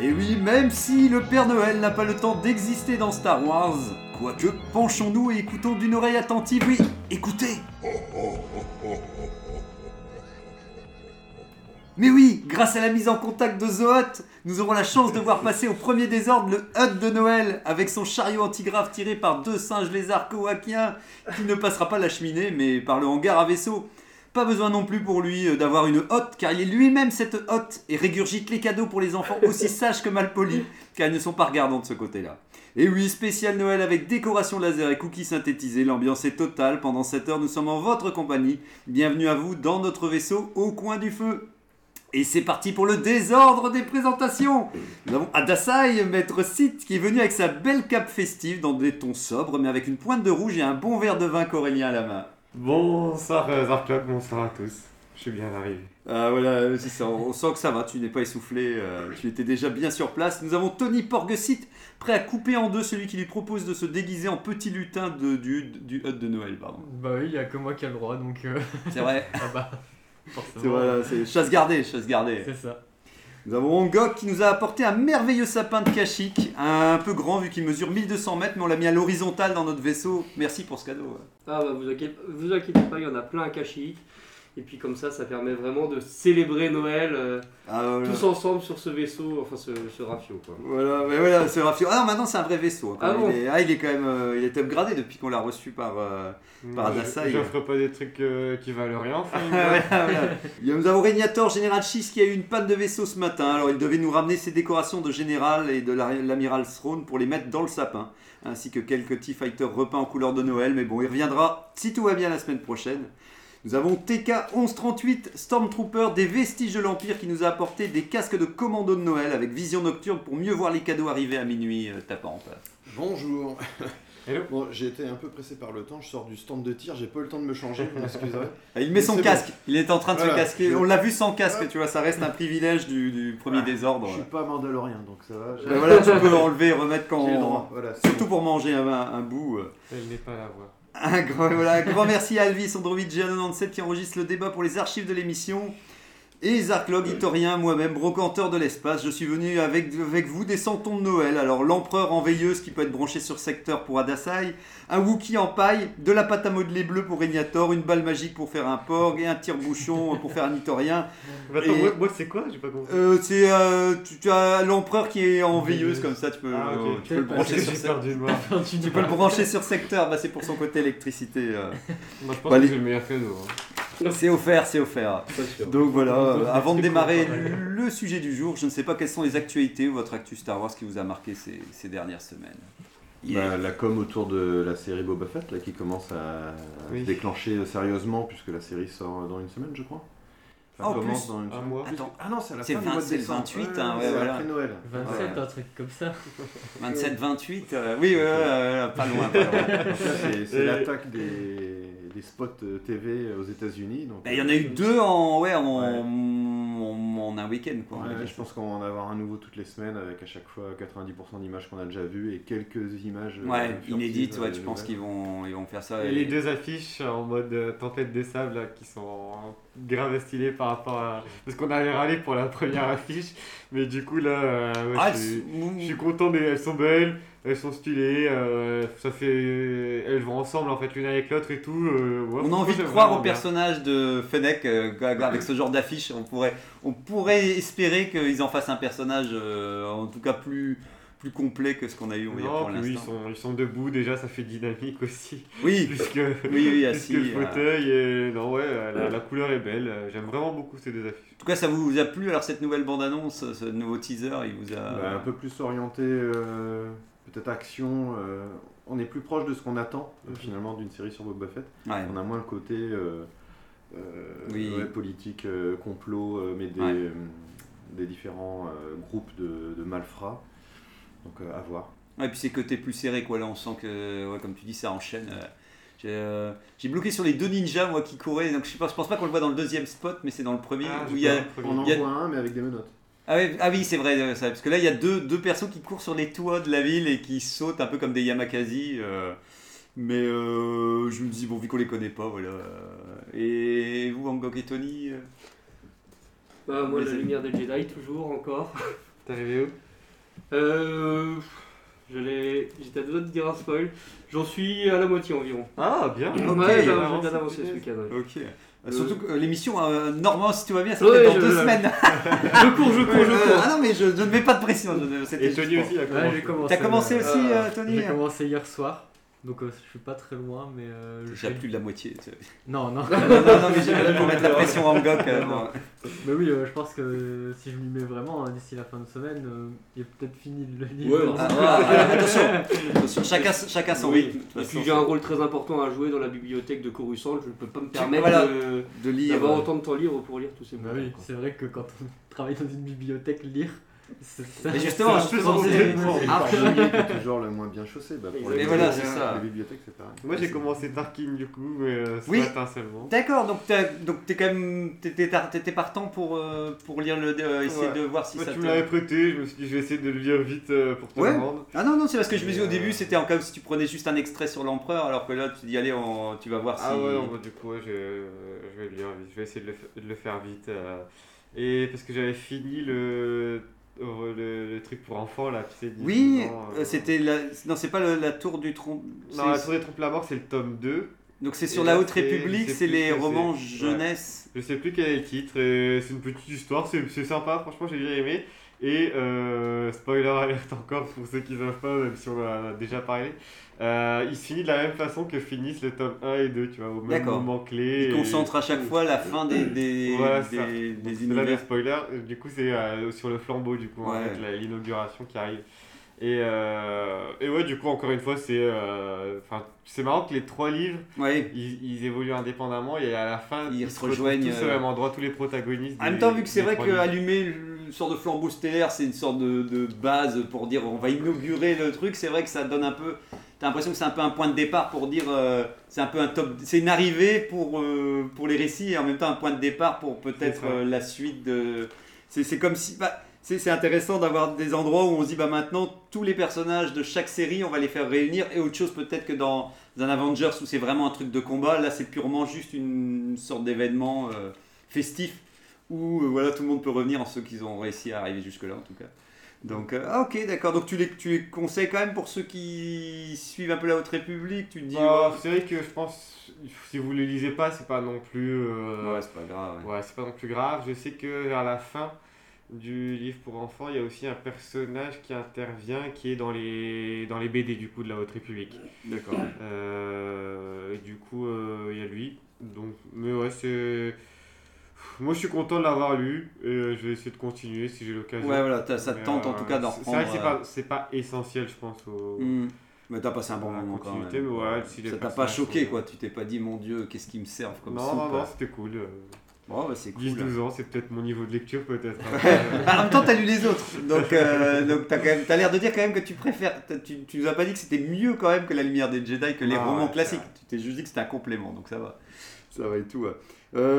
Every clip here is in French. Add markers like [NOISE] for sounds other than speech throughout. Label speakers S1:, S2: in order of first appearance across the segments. S1: Et oui, même si le Père Noël n'a pas le temps d'exister dans Star Wars, quoique, penchons-nous et écoutons d'une oreille attentive, oui, écoutez Mais oui, grâce à la mise en contact de The Hut, nous aurons la chance de voir passer au premier désordre le Hut de Noël, avec son chariot antigrave tiré par deux singes lézards kowakiens, qui ne passera pas la cheminée, mais par le hangar à vaisseau. Pas besoin non plus pour lui euh, d'avoir une hotte, car il est lui-même cette hotte et régurgite les cadeaux pour les enfants aussi sages que malpolis, car ils ne sont pas regardants de ce côté-là. Et oui, spécial Noël avec décoration laser et cookies synthétisés, l'ambiance est totale. Pendant 7 heures, nous sommes en votre compagnie. Bienvenue à vous dans notre vaisseau au coin du feu. Et c'est parti pour le désordre des présentations Nous avons Adasai, maître Sith, qui est venu avec sa belle cape festive dans des tons sobres, mais avec une pointe de rouge et un bon verre de vin corélien à la main.
S2: Bonsoir euh, Zarklock, bonsoir à tous. Je suis bien arrivé.
S1: Ah voilà, c'est ça, on sent que ça va, tu n'es pas essoufflé, euh, tu étais déjà bien sur place. Nous avons Tony Porgesit, prêt à couper en deux celui qui lui propose de se déguiser en petit lutin de, du, du hut de Noël, pardon.
S3: Bah oui, il y a que moi qui a le droit, donc euh,
S1: [LAUGHS] C'est vrai,
S3: [LAUGHS] ah bah,
S1: c'est
S3: forcément.
S1: vrai, c'est chasse gardée, chasse gardée.
S3: C'est ça.
S1: Nous avons Ongok qui nous a apporté un merveilleux sapin de Kashyyyk, un peu grand vu qu'il mesure 1200 mètres, mais on l'a mis à l'horizontale dans notre vaisseau. Merci pour ce cadeau.
S4: Ah bah vous inquiétez, vous inquiétez pas, il y en a plein à Kashyyyk. Et puis comme ça, ça permet vraiment de célébrer Noël euh,
S1: Ah, voilà.
S4: tous ensemble sur ce vaisseau, enfin ce, ce rafio quoi.
S1: Voilà, mais voilà, ce Rafio. Ah non, maintenant c'est un vrai vaisseau. hein, quand
S4: Ah
S1: même.
S4: bon
S1: il, est, ah, il est quand même, euh, il est upgradé depuis qu'on l'a reçu par.
S4: [LAUGHS]
S1: euh, Par
S2: Je-
S1: Adasai.
S2: J'offre pas des trucs euh, qui valent
S1: [LAUGHS]
S2: rien. enfin,
S1: voilà, voilà. Il y a- Nous avons Régnator, général Schiss, qui a eu une panne de vaisseau ce matin. Alors il devait nous ramener ses décorations de général et de la- l'amiral Throne pour les mettre dans le sapin, ainsi que quelques T-Fighters repeints en couleur de Noël. Mais bon, il reviendra si tout va bien la semaine prochaine. Nous avons TK1138, Stormtrooper, des vestiges de l'Empire qui nous a apporté des casques de commando de Noël avec vision nocturne pour mieux voir les cadeaux arriver à minuit euh, tapante.
S5: Bonjour.
S2: Hello.
S5: Bon, j'ai été un peu pressé par le temps. Je sors du stand de tir. J'ai pas eu le temps de me changer. Vous [LAUGHS] m'excuserez.
S1: Ah, Il met
S5: Mais
S1: son
S5: c'est
S1: casque, il est en train de
S5: Voilà.
S1: se casquer.
S5: Je-
S1: On l'a vu sans casque,
S5: Ah.
S1: tu vois, ça reste un privilège du, du premier désordre.
S5: Je suis pas mandalorien, donc ça va.
S1: Ben voilà,
S5: [LAUGHS]
S1: tu peux enlever, remettre quand.
S5: J'ai le droit. Voilà. c'est
S1: Surtout pour manger un, un bout. euh.
S2: Elle n'est pas la voix.
S1: Un grand, voilà, un grand merci à Alvis, Android G97 qui enregistre le débat pour les archives de l'émission. Et Zarklog, historien, moi-même, brocanteur de l'espace, je suis venu avec, avec vous des santons de Noël. Alors l'empereur en veilleuse qui peut être branché sur secteur pour Adasai, un Wookie en paille, de la pâte à modeler bleue pour Regnator, une balle magique pour faire un porg et un tire-bouchon [LAUGHS] pour faire un itorien.
S2: Mais attends,
S1: Et-
S2: moi, moi, c'est quoi J'ai pas compris.
S1: Euh, c'est euh, tu, tu as l'empereur qui est en veilleuse comme ça, tu peux,
S2: Ah, ok.
S1: euh, tu peux le
S2: Parce
S1: brancher
S2: que
S1: sur
S2: j'ai
S1: secteur.
S2: perdu le noir.
S1: [LAUGHS] Tu peux le brancher sur secteur, bah, c'est pour son côté électricité. euh.
S2: Moi, je pense
S1: Bah,
S2: que
S1: les-
S2: j'ai le meilleur cadeau. hein.
S1: C'est offert, c'est offert.
S4: Pas sûr.
S1: Donc voilà, euh, avant de
S2: C'est cool,
S1: démarrer
S2: quand même.
S1: le sujet du jour, je ne sais pas quelles sont les actualités ou votre actu Star Wars qui vous a marqué ces, ces dernières semaines.
S5: Bah, la com autour de la série Boba Fett là, qui commence à, à
S2: Oui.
S5: se déclencher euh, sérieusement puisque la série sort euh, dans une semaine je crois.
S1: Ah, en
S5: commence
S1: plus.
S5: dans une
S2: Un
S5: semaine.
S2: mois.
S1: Attends,
S5: Ah non c'est à la
S1: C'est
S5: fin du
S1: 20,
S5: mois de
S1: c'est le
S5: décembre.
S1: 28, hein, ouais,
S5: c'est
S1: voilà.
S5: après Noël.
S3: 27,
S1: Ouais.
S3: un truc comme
S1: [LAUGHS]
S3: ça.
S1: 27, 28, euh, oui, ouais, ouais, ouais, pas loin. Pas loin.
S5: [LAUGHS] Donc là, c'est
S1: [LAUGHS]
S5: c'est
S2: Et-
S5: l'attaque des, des spots euh, TV aux États-Unis. Donc, euh,
S1: Bah, Il y en a eu deux en, ouais, en,
S5: Ouais.
S1: en- en un week-end. Quoi, on va
S5: Ouais,
S1: dire.
S5: je pense qu'on va en avoir un nouveau toutes les semaines avec à chaque fois 90% d'images qu'on a déjà vues et quelques images. euh,
S1: Ouais,
S5: furtives,
S1: inédite,
S5: euh,
S1: ouais, tu
S5: nouvelles.
S1: penses qu'ils vont, ils vont faire ça.
S2: Et
S1: et-
S2: les deux affiches en mode euh, tempête des sables là, qui sont hein, grave stylées par rapport à. Parce qu'on avait râlé pour la première affiche, mais du coup là. euh, ouais,
S1: Ah,
S2: je suis- Je
S1: c'est-
S2: suis content, mais elles sont belles, elles sont stylées, euh, ça fait. Elles vont ensemble en fait l'une avec l'autre et tout. euh, ouais,
S1: On a envie de
S2: j'aime
S1: croire
S2: vraiment
S1: au
S2: bien.
S1: personnage de Fennec euh, avec ce genre d'affiche. On pourrait, on pourrait espérer qu'ils en fassent un personnage, euh, en tout cas plus, plus complet que ce qu'on a eu on va dire,
S2: Non,
S1: pour
S2: puis oui, ils
S1: l'instant.
S2: sont, ils sont debout déjà, ça fait dynamique
S1: [LAUGHS]
S2: aussi. [LAUGHS]
S1: Oui,
S2: plus que,
S1: oui, oui,
S2: plus
S1: assis.
S2: que le
S1: euh.
S2: fauteuil, et non, ouais, euh, la, la couleur est belle, euh, j'aime vraiment beaucoup ces deux affiches.
S1: En tout cas, ça vous a plu alors cette nouvelle bande-annonce, ce nouveau teaser, il vous a.
S5: Bah, un peu plus orienté, euh, peut-être action. euh, on est plus proche de ce qu'on attend euh, finalement d'une série sur Boba Fett.
S1: Mhm. Ouais.
S5: On a moins le côté euh, euh,
S1: Oui.
S5: ouais, politique, euh, complot, euh, mais des,
S1: Ouais.
S5: euh, des différents euh, groupes de, de malfrats. Donc euh, à voir.
S1: Ouais, et puis c'est côté plus serré, quoi. Là, on sent que, ouais, comme tu dis, ça enchaîne. euh, J'ai euh, j'ai bloqué sur les deux ninjas, moi, qui couraient. Donc, je, sais pas, je pense pas qu'on le voit dans le deuxième spot, mais c'est dans le premier.
S2: Ah,
S1: où il y a...
S5: On en
S1: il y a-
S5: voit un, mais avec des menottes.
S1: ah, ouais, ah oui, c'est vrai, euh, ça, parce que là, il y a deux, deux persos qui courent sur les toits de la ville et qui sautent un peu comme des Yamakasi. euh, mais euh, je me dis, bon, vu qu'on les connaît pas, voilà. euh, Et vous, Angok et Tony euh,
S4: Bah, moi,
S1: Les
S4: la
S1: amis.
S4: lumière des Jedi, toujours, encore.
S2: T'es arrivé où
S4: Euh, je l'ai- J'étais à deux doigts de dire un spoil. J'en suis à la moitié environ.
S2: Ah, bien
S1: Ok.
S4: ouais, j'ai
S2: avance,
S4: bien avancé ce week-end. ouais.
S1: Ok.
S4: Euh,
S1: Surtout que euh, l'émission, euh, normalement, si tout va bien, ça
S4: Ouais,
S1: peut être dans
S4: je-
S1: deux semaines.
S4: [LAUGHS] Je cours, je cours, je cours.
S1: ah non, mais je, je ne mets pas de pression. je- c'était
S2: Et
S1: juste
S2: Tony
S1: pour-
S2: aussi a
S3: Ouais, j'ai
S2: commencé.
S3: commencé.
S1: T'as commencé
S3: euh,
S1: aussi, euh, Tony
S3: J'ai commencé hier soir, donc euh, je suis pas très loin, mais. euh, je
S1: J'ai
S3: fais-
S1: plus de la moitié.
S4: [LAUGHS]
S1: tu sais.
S3: Non,
S1: non,
S3: non.
S1: non, non, mais j'ai pour mettre la pression à Angok. euh, bon.
S3: mais oui, euh, je pense que si je m'y mets vraiment hein, d'ici la fin de semaine, euh, il est peut-être fini le livre.
S4: Ouais,
S3: [LAUGHS]
S4: bah,
S1: Ah, ah, ah, attention, attention, chacun, chacun son
S4: Oui.
S1: rythme. Ah, de toute
S4: Et
S1: façon.
S4: puis j'ai un rôle très important à jouer dans la bibliothèque de Coruscant. Je ne peux pas me permettre
S1: Ah, Voilà.
S4: de-
S1: de lire.
S4: d'avoir autant de temps libre pour lire tous ces
S3: Bah
S4: bouquins.
S3: oui,
S4: quoi.
S3: c'est vrai que quand on [LAUGHS] travaille dans une bibliothèque, lire. c'est- ça-
S1: Mais justement,
S3: ça-
S1: justement,
S3: c'est-
S1: c'est-
S3: c'est-
S5: Le cordonnier qui est toujours le moins bien chaussé. Bah, pour
S4: Mais
S5: les
S4: voilà,
S5: bibliothèques,
S1: c'est ça.
S5: Les bibliothèques, c'est pareil.
S2: Moi, j'ai commencé Tarkin du coup, mais euh, ce
S1: Oui.
S2: matin seulement.
S1: D'accord, donc t'as- donc t'es quand même t'étais tar- t'étais partant pour euh, pour lire le euh, essayer
S2: Ouais.
S1: de voir si
S2: Moi,
S1: ça
S2: tu
S1: te...
S2: me l'avais prêté, je me suis dit, je vais essayer de le lire vite euh, pour te
S1: Ouais.
S2: le rendre.
S1: Ah non non c'est parce que je me suis dit au
S2: Et, euh,
S1: début c'était en cas où si tu prenais juste un extrait sur l'empereur alors que là tu dis allez on- tu vas voir si
S2: Ah ouais, non, bah, du coup, ouais, je, euh, je vais le lire vite. Je vais essayer de le, fa- de le faire vite. euh. et parce que j'avais fini le, euh, le, le truc pour enfants, là, tu sais, 18
S1: oui
S2: ans,
S1: euh,
S2: euh.
S1: c'était la... non c'est pas le- la tour du tronc
S2: Non, La
S1: c'est-
S2: Tour des Trompes la Mort, c'est le tome 2.
S1: donc c'est
S2: et
S1: sur la
S2: là,
S1: haute
S2: c'est- je
S1: république
S2: sais
S1: c'est
S2: plus
S1: les
S2: ce que
S1: romans
S2: c'est. Ouais.
S1: jeunesse
S2: Je sais plus quel est le titre, et c'est une petite histoire, c'est c'est sympa, franchement j'ai bien aimé. Et euh, spoiler alerte encore pour ceux qui ne savent pas, même si on en a déjà parlé, euh, il se finit de la même façon que finissent le tome 1 et 2, tu vois, au même
S1: D'accord.
S2: moment clé.
S1: ils
S2: et-
S1: concentrent à chaque fois la fin des des
S2: Voilà,
S1: des-
S2: ça.
S1: des
S2: Donc, c'est Là, le
S1: univers
S2: spoiler, euh, du coup, c'est euh, sur le flambeau, du coup, en
S1: Ouais.
S2: fait, la- l'inauguration qui arrive. Et, euh, et ouais, du coup, encore une fois, c'est euh, enfin, c'est marrant que les trois livres,
S1: ouais
S2: ils, ils évoluent indépendamment et à la fin,
S1: Ils se
S2: retrouvent
S1: rejoignent,
S2: tous au
S1: euh,
S2: même endroit, tous les protagonistes.
S1: en même
S2: des-
S1: temps, vu que c'est
S2: des
S1: vrai
S2: trois livres.
S1: qu'allumer une sorte de flambeau stellaire, c'est une sorte de, de base pour dire on va inaugurer le truc, c'est vrai que ça donne un peu. T'as l'impression que c'est un peu un point de départ pour dire. euh, c'est un peu un top. C'est une arrivée pour, euh, pour les récits et en même temps un point de départ pour peut-être
S2: C'est ça.
S1: euh, la suite de. C'est c'est comme si. bah, c'est c'est intéressant d'avoir des endroits où on se dit bah maintenant tous les personnages de chaque série on va les faire réunir et autre chose peut-être que dans un Avengers où c'est vraiment un truc de combat là c'est purement juste une sorte d'événement euh, festif où euh, voilà tout le monde peut revenir en ceux qui ont réussi à arriver jusque là en tout cas donc euh, ah ok d'accord donc tu les tu les conseilles quand même pour ceux qui suivent un peu la haute république tu te dis oh,
S2: Bah, c'est vrai que je pense, si vous ne le lisez pas, c'est pas non plus.
S1: ouais,
S2: euh,
S1: ouais, c'est pas grave ouais.
S2: Ouais, c'est pas non plus grave. Je sais que vers la fin du livre pour enfants, il y a aussi un personnage qui intervient qui est dans les, dans les BD du coup de la Haute République.
S1: d'accord
S2: Euh, et du coup, euh, il y a lui. Donc, mais ouais, c'est. Moi, je suis content de l'avoir lu. Et euh, je vais essayer de continuer si j'ai l'occasion.
S1: ouais voilà t'as- ça te
S2: Mais,
S1: tente en
S2: euh,
S1: tout cas d'en
S2: C'est c'est vrai
S1: reprendre
S2: que c'est pas, c'est pas essentiel, je pense. Au...
S1: euh, hmm. mais t'as passé un bon
S2: La
S1: moment quand
S2: continuité,
S1: même
S2: mais ouais, si les
S1: ça t'a pas
S2: personnages
S1: choqué
S2: sont-
S1: quoi tu t'es pas dit mon dieu qu'est-ce qu'ils me servent comme
S2: non,
S1: soupe
S2: non, non,
S1: hein.
S2: c'était cool. euh,
S1: Bon, bah, c'est cool
S2: 10-12 ans, c'est peut-être mon niveau de lecture, peut-être. hein.
S1: [LAUGHS] Bah, en même temps, t'as lu les autres, donc, euh, donc t'as, quand même- t'as l'air de dire quand même que tu préfères. t'as- Tu, tu nous as pas dit que c'était mieux quand même que La Lumière des Jedi, que les
S2: Ah,
S1: romans
S2: ouais,
S1: classiques.
S2: ça
S1: Tu t'es juste dit que c'était un complément, donc ça va. Ça va et tout. ouais.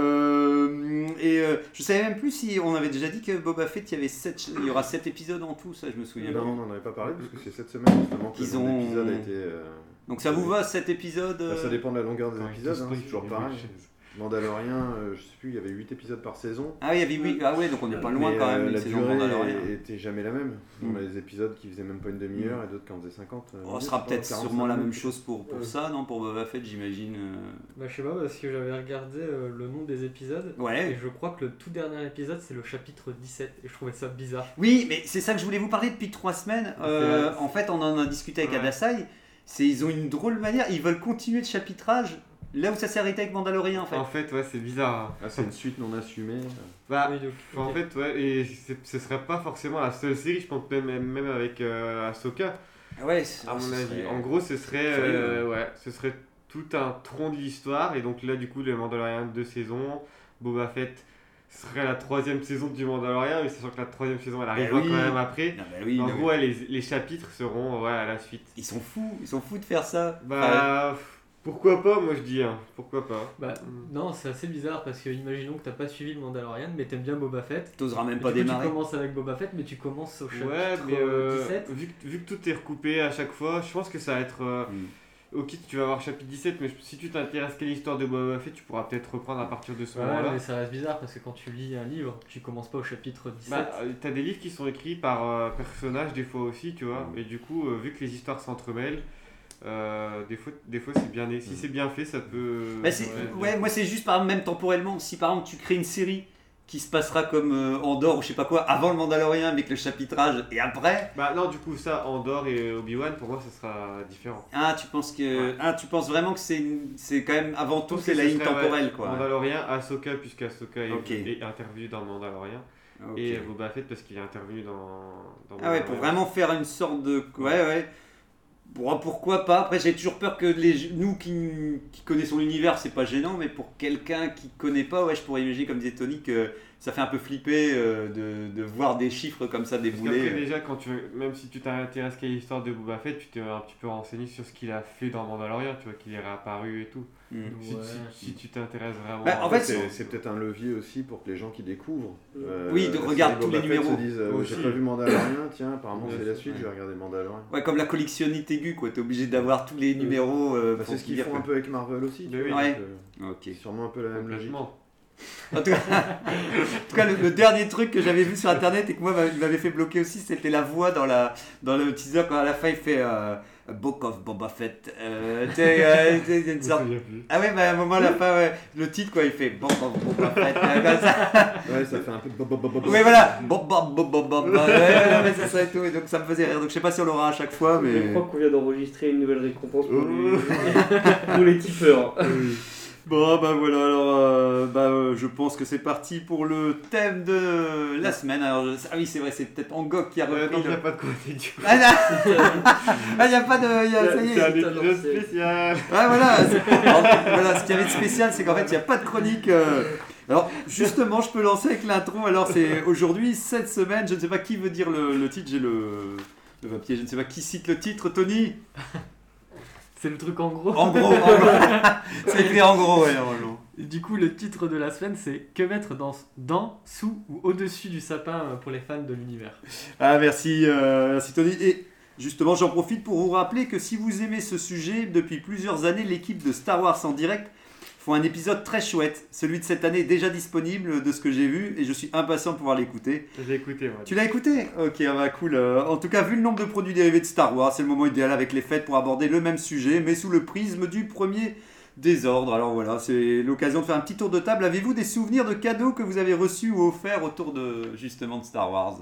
S1: Euh, et euh, je savais même plus si on avait déjà dit que Boba Fett, il y avait sept, il y aura 7 épisodes en tout, ça je me souviens.
S5: Non, on
S1: plus.
S5: n'en avait pas parlé parce que c'est cette semaine justement que
S1: Ils
S5: l'épisode
S1: ont-
S5: épisode a été. euh,
S1: Donc ça vous va 7 épisodes
S5: bah,
S1: euh,
S5: ça dépend de la longueur des
S2: Quand ils
S5: épisodes, hein,
S2: construisent
S5: c'est toujours
S2: les
S5: pareil.
S2: witches.
S5: Mandalorian, euh, je sais plus, il y avait 8 épisodes par saison.
S1: Ah oui, il y avait huit- Ah ouais, donc on n'est pas loin
S5: Mais,
S1: quand
S5: euh,
S1: même. une
S5: la
S1: saison de Mandalorian.
S5: durée était jamais la même.
S1: Mm.
S5: On a des épisodes qui faisaient même pas une demi-heure et d'autres qui en faisaient 50.
S1: On
S5: euh, minutes, je
S1: Oh, sera
S5: crois,
S1: peut-être
S5: 45
S1: sûrement la même
S5: minutes.
S1: chose pour, pour
S3: Ouais.
S1: ça, non Pour Boba Fett, j'imagine. euh,
S3: Bah, je sais pas, parce que j'avais regardé euh, le nom des épisodes.
S1: Ouais.
S3: Et je crois que le tout dernier épisode, c'est le chapitre 17. Et je trouvais ça bizarre.
S1: Oui, mais c'est ça que je voulais vous parler depuis trois semaines. Euh, en fait, on en a discuté avec
S2: Ouais.
S1: Adasai. C'est ils ont une drôle de manière. Ils veulent continuer le chapitrage là où ça s'est arrêté avec Mandalorian en fait.
S2: En fait, ouais, c'est bizarre.
S5: Ah, c'est une suite non assumée.
S2: Bah,
S3: Oui, de ouf.
S2: en
S3: Ok.
S2: fait, ouais, et c'est- ce serait pas forcément la seule série, je pense, même, même avec euh, Ahsoka,
S1: Ouais, c'est-
S2: à mon
S1: ce
S2: avis.
S1: serait-
S2: En gros, ce serait,
S1: Sérieux,
S2: euh, ouais, ce serait tout un tronc de l'histoire, et donc là, du coup, le Mandalorian de saison, Boba Fett ce serait la troisième saison du Mandalorian, mais sachant que la troisième saison elle arrivera
S1: Bah oui.
S2: quand même après.
S1: Non, bah oui,
S2: en
S1: non,
S2: gros, ouais, les, les chapitres seront euh, ouais, à la suite.
S1: Ils sont fous, ils sont fous de faire ça.
S2: Bah, pff, pourquoi pas, moi je dis, hein. pourquoi pas.
S3: Bah,
S2: hmm.
S3: non, c'est assez bizarre parce que imaginons que t'as pas suivi le Mandalorian, mais t'aimes bien Boba Fett.
S1: tu T'oseras même
S3: Et
S1: pas
S3: du coup, tu
S1: démarrer.
S3: commences avec Boba Fett, mais tu commences au chapitre
S2: Ouais, mais euh,
S3: 17.
S2: vu, que, vu que tout est recoupé à chaque fois, je pense que ça va être. euh, Ok, tu vas avoir chapitre 17, mais je- si tu t'intéresses qu'à l'histoire de Boba Fett, tu pourras peut-être reprendre à partir de ce
S3: Ouais,
S2: moment-là.
S3: mais ça reste bizarre parce que quand tu lis un livre, tu commences pas au chapitre 17.
S2: Bah, euh, t'as des livres qui sont écrits par euh, personnage des fois aussi, tu vois. Et du coup, euh, vu que les histoires s'entremêlent, euh, des fois, des fois c'est bien. Si c'est bien fait, ça peut.
S1: Bah, c'est- ouais, moi c'est juste par exemple, même temporellement, si par exemple tu crées une série qui se passera comme euh, Andorre ou je sais pas quoi avant le Mandalorian avec le chapitrage et après,
S2: Bah non, du coup, ça, Andorre et Obi-Wan, pour moi, ça sera différent.
S1: hein, tu penses que, hein, tu penses vraiment que c'est une- c'est quand même avant tout c'est la ligne temporelle quoi. hein.
S2: Mandalorian, Ahsoka, puisque Ahsoka est,
S1: Ok.
S2: est intervenu dans Mandalorien.
S1: Ah, Ok.
S2: Et Boba Fett, parce qu'il est intervenu dans. dans
S1: Ah ouais,
S2: Mandalorian.
S1: pour vraiment faire une sorte de. Ouais, ouais. Bon, pourquoi pas Après, j'ai toujours peur que les... nous qui, qui connaissons l'univers, c'est pas gênant, mais pour quelqu'un qui connaît pas, ouais, je pourrais imaginer, comme disait Tony, que ça fait un peu flipper euh, de, de voir des chiffres comme ça
S2: Parce qu'après,
S1: débouler. euh.
S2: déjà, quand tu, même si tu t'intéresses qu'à l'histoire de Boba Fett, tu t'es un petit peu renseigné sur ce qu'il a fait dans Mandalorian, tu vois, qu'il est réapparu et tout.
S1: Hmm.
S2: Si,
S3: Ouais.
S2: si- si tu t'intéresses vraiment.
S1: Bah, en fait,
S5: c'est c'est peut-être un levier aussi pour que les gens qui découvrent. euh,
S1: Oui, de-
S5: la
S1: regarde
S5: série
S1: tous les
S5: Boba Fett
S1: numéros.
S5: Se disent, euh,
S2: Aussi.
S5: j'ai pas vu Mandalorian, tiens, apparemment
S2: Ouais,
S5: c'est la suite,
S1: ouais.
S5: je vais regarder Mandalorian.
S1: Ouais, comme la collectionnite aiguë, quoi. T'es obligé d'avoir tous les numéros. euh,
S5: Bah,
S1: pour
S5: c'est ce qu'ils
S1: dire,
S5: font un peu avec Marvel aussi. tu
S2: Mais oui.
S5: vois,
S1: Ouais.
S5: donc, euh,
S1: quoi. Ok.
S5: c'est sûrement un peu la même logique.
S2: Complètement.
S1: En tout cas, en tout cas, le, le dernier truc que j'avais vu sur internet et que moi m'a- m'avait fait bloquer aussi, c'était la voix dans, la, dans le teaser quand à la fin il fait euh, Book of Boba Fett. Euh, tu sais, euh, tu sais, il y a une sorte- Ah ouais, bah, à un moment à la fin, ouais, le titre quoi, il fait Book of Boba Fett. euh, comme ça.
S5: Ouais, ça fait un peu. bo- bo- bo- bo- bo-
S1: Oui, voilà. Bob, Bob, Bob, Bob, Bob. Ouais, ouais, ouais, mais ça serait tout. Et donc ça me faisait rire. Donc je sais pas si on l'aura à chaque
S2: Ah,
S1: fois,
S4: Je
S1: mais.
S4: crois qu'on vient d'enregistrer une nouvelle récompense pour,
S2: Oh.
S4: les... [LAUGHS] pour les tipeurs. hein.
S1: Bon, bah voilà, alors euh, bah, euh, je pense que c'est parti pour le thème de la semaine. Alors, je- Ah oui, c'est vrai, c'est peut-être Angok qui a
S2: Ouais,
S1: repris.
S2: donc, Euh, il
S1: le-
S2: n'y a pas de quoi t'éduquer.
S1: Ah, non. Ah, y a pas de. y a- ça y est.
S2: C'est un
S4: c'est
S2: épisode
S4: annoncé.
S2: spécial.
S1: Ouais, voilà. c'est- alors, voilà, ce qu'il y avait de spécial, c'est qu'en fait, il n'y a pas de chronique. euh. Alors, justement, je peux lancer avec l'intro. Alors, c'est aujourd'hui, cette semaine, je ne sais pas qui veut dire le, le titre, j'ai le, le papier, je ne sais pas qui cite le titre, Tony
S3: C'est le truc en gros.
S1: En gros, en gros. [LAUGHS] c'est écrit en gros, ouais, en gros.
S3: Et Du coup, le titre de la semaine, c'est Que mettre dans, dans, sous ou au-dessus du sapin euh, pour les fans de l'univers
S1: Ah, merci, euh, merci Tony. Et justement, j'en profite pour vous rappeler que si vous aimez ce sujet, depuis plusieurs années, l'équipe de Star Wars en direct font un épisode très chouette. Celui de cette année est déjà disponible de ce que j'ai vu et je suis impatient de pouvoir l'écouter.
S2: J'ai écouté, moi.
S1: Tu l'as écouté Ok, ah bah cool. Euh, en tout cas, vu le nombre de produits dérivés de Star Wars, c'est le moment idéal avec les fêtes pour aborder le même sujet, mais sous le prisme du premier désordre. Alors voilà, c'est l'occasion de faire un petit tour de table. Avez-vous des souvenirs de cadeaux que vous avez reçus ou offerts autour de justement de Star Wars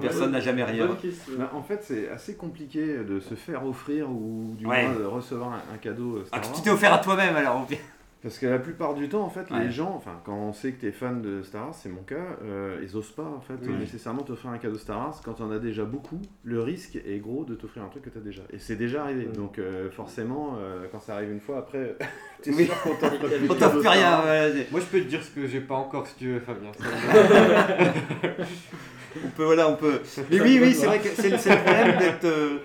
S1: Personne n'a jamais rien.
S4: Ah, Bonne question.
S5: Bah, en fait, c'est assez compliqué de se faire offrir ou du
S1: Ouais.
S5: moins de recevoir un, un cadeau euh,
S1: Ah,
S5: Star
S1: que tu
S5: Wars.
S1: t'es offert à toi-même alors.
S5: Parce que la plupart du temps, en fait,
S1: Ouais.
S5: les gens, enfin, quand on sait que t'es fan de Star Wars, c'est mon cas, euh, ils osent pas, en fait,
S2: Oui.
S5: nécessairement t'offrir un cadeau Star Wars. Quand on a déjà beaucoup, le risque est gros de t'offrir un truc que t'as déjà. Et c'est déjà arrivé.
S4: Ouais.
S5: Donc, euh, forcément, euh, quand ça arrive une fois, après, [LAUGHS] t'es
S1: Oui.
S5: sûr qu'on t'offre plus
S1: [LAUGHS]
S5: de
S1: On
S5: cadeau
S1: t'offre plus
S5: Star
S1: rien.
S5: Wars.
S1: voilà, c'est-
S2: Moi, je peux te dire ce que j'ai pas encore, si tu
S1: [LAUGHS]
S2: veux, Fabien. Ça,
S1: On peut, voilà, on peut. Mais oui, oui, c'est vrai que c'est c'est le problème d'être, euh,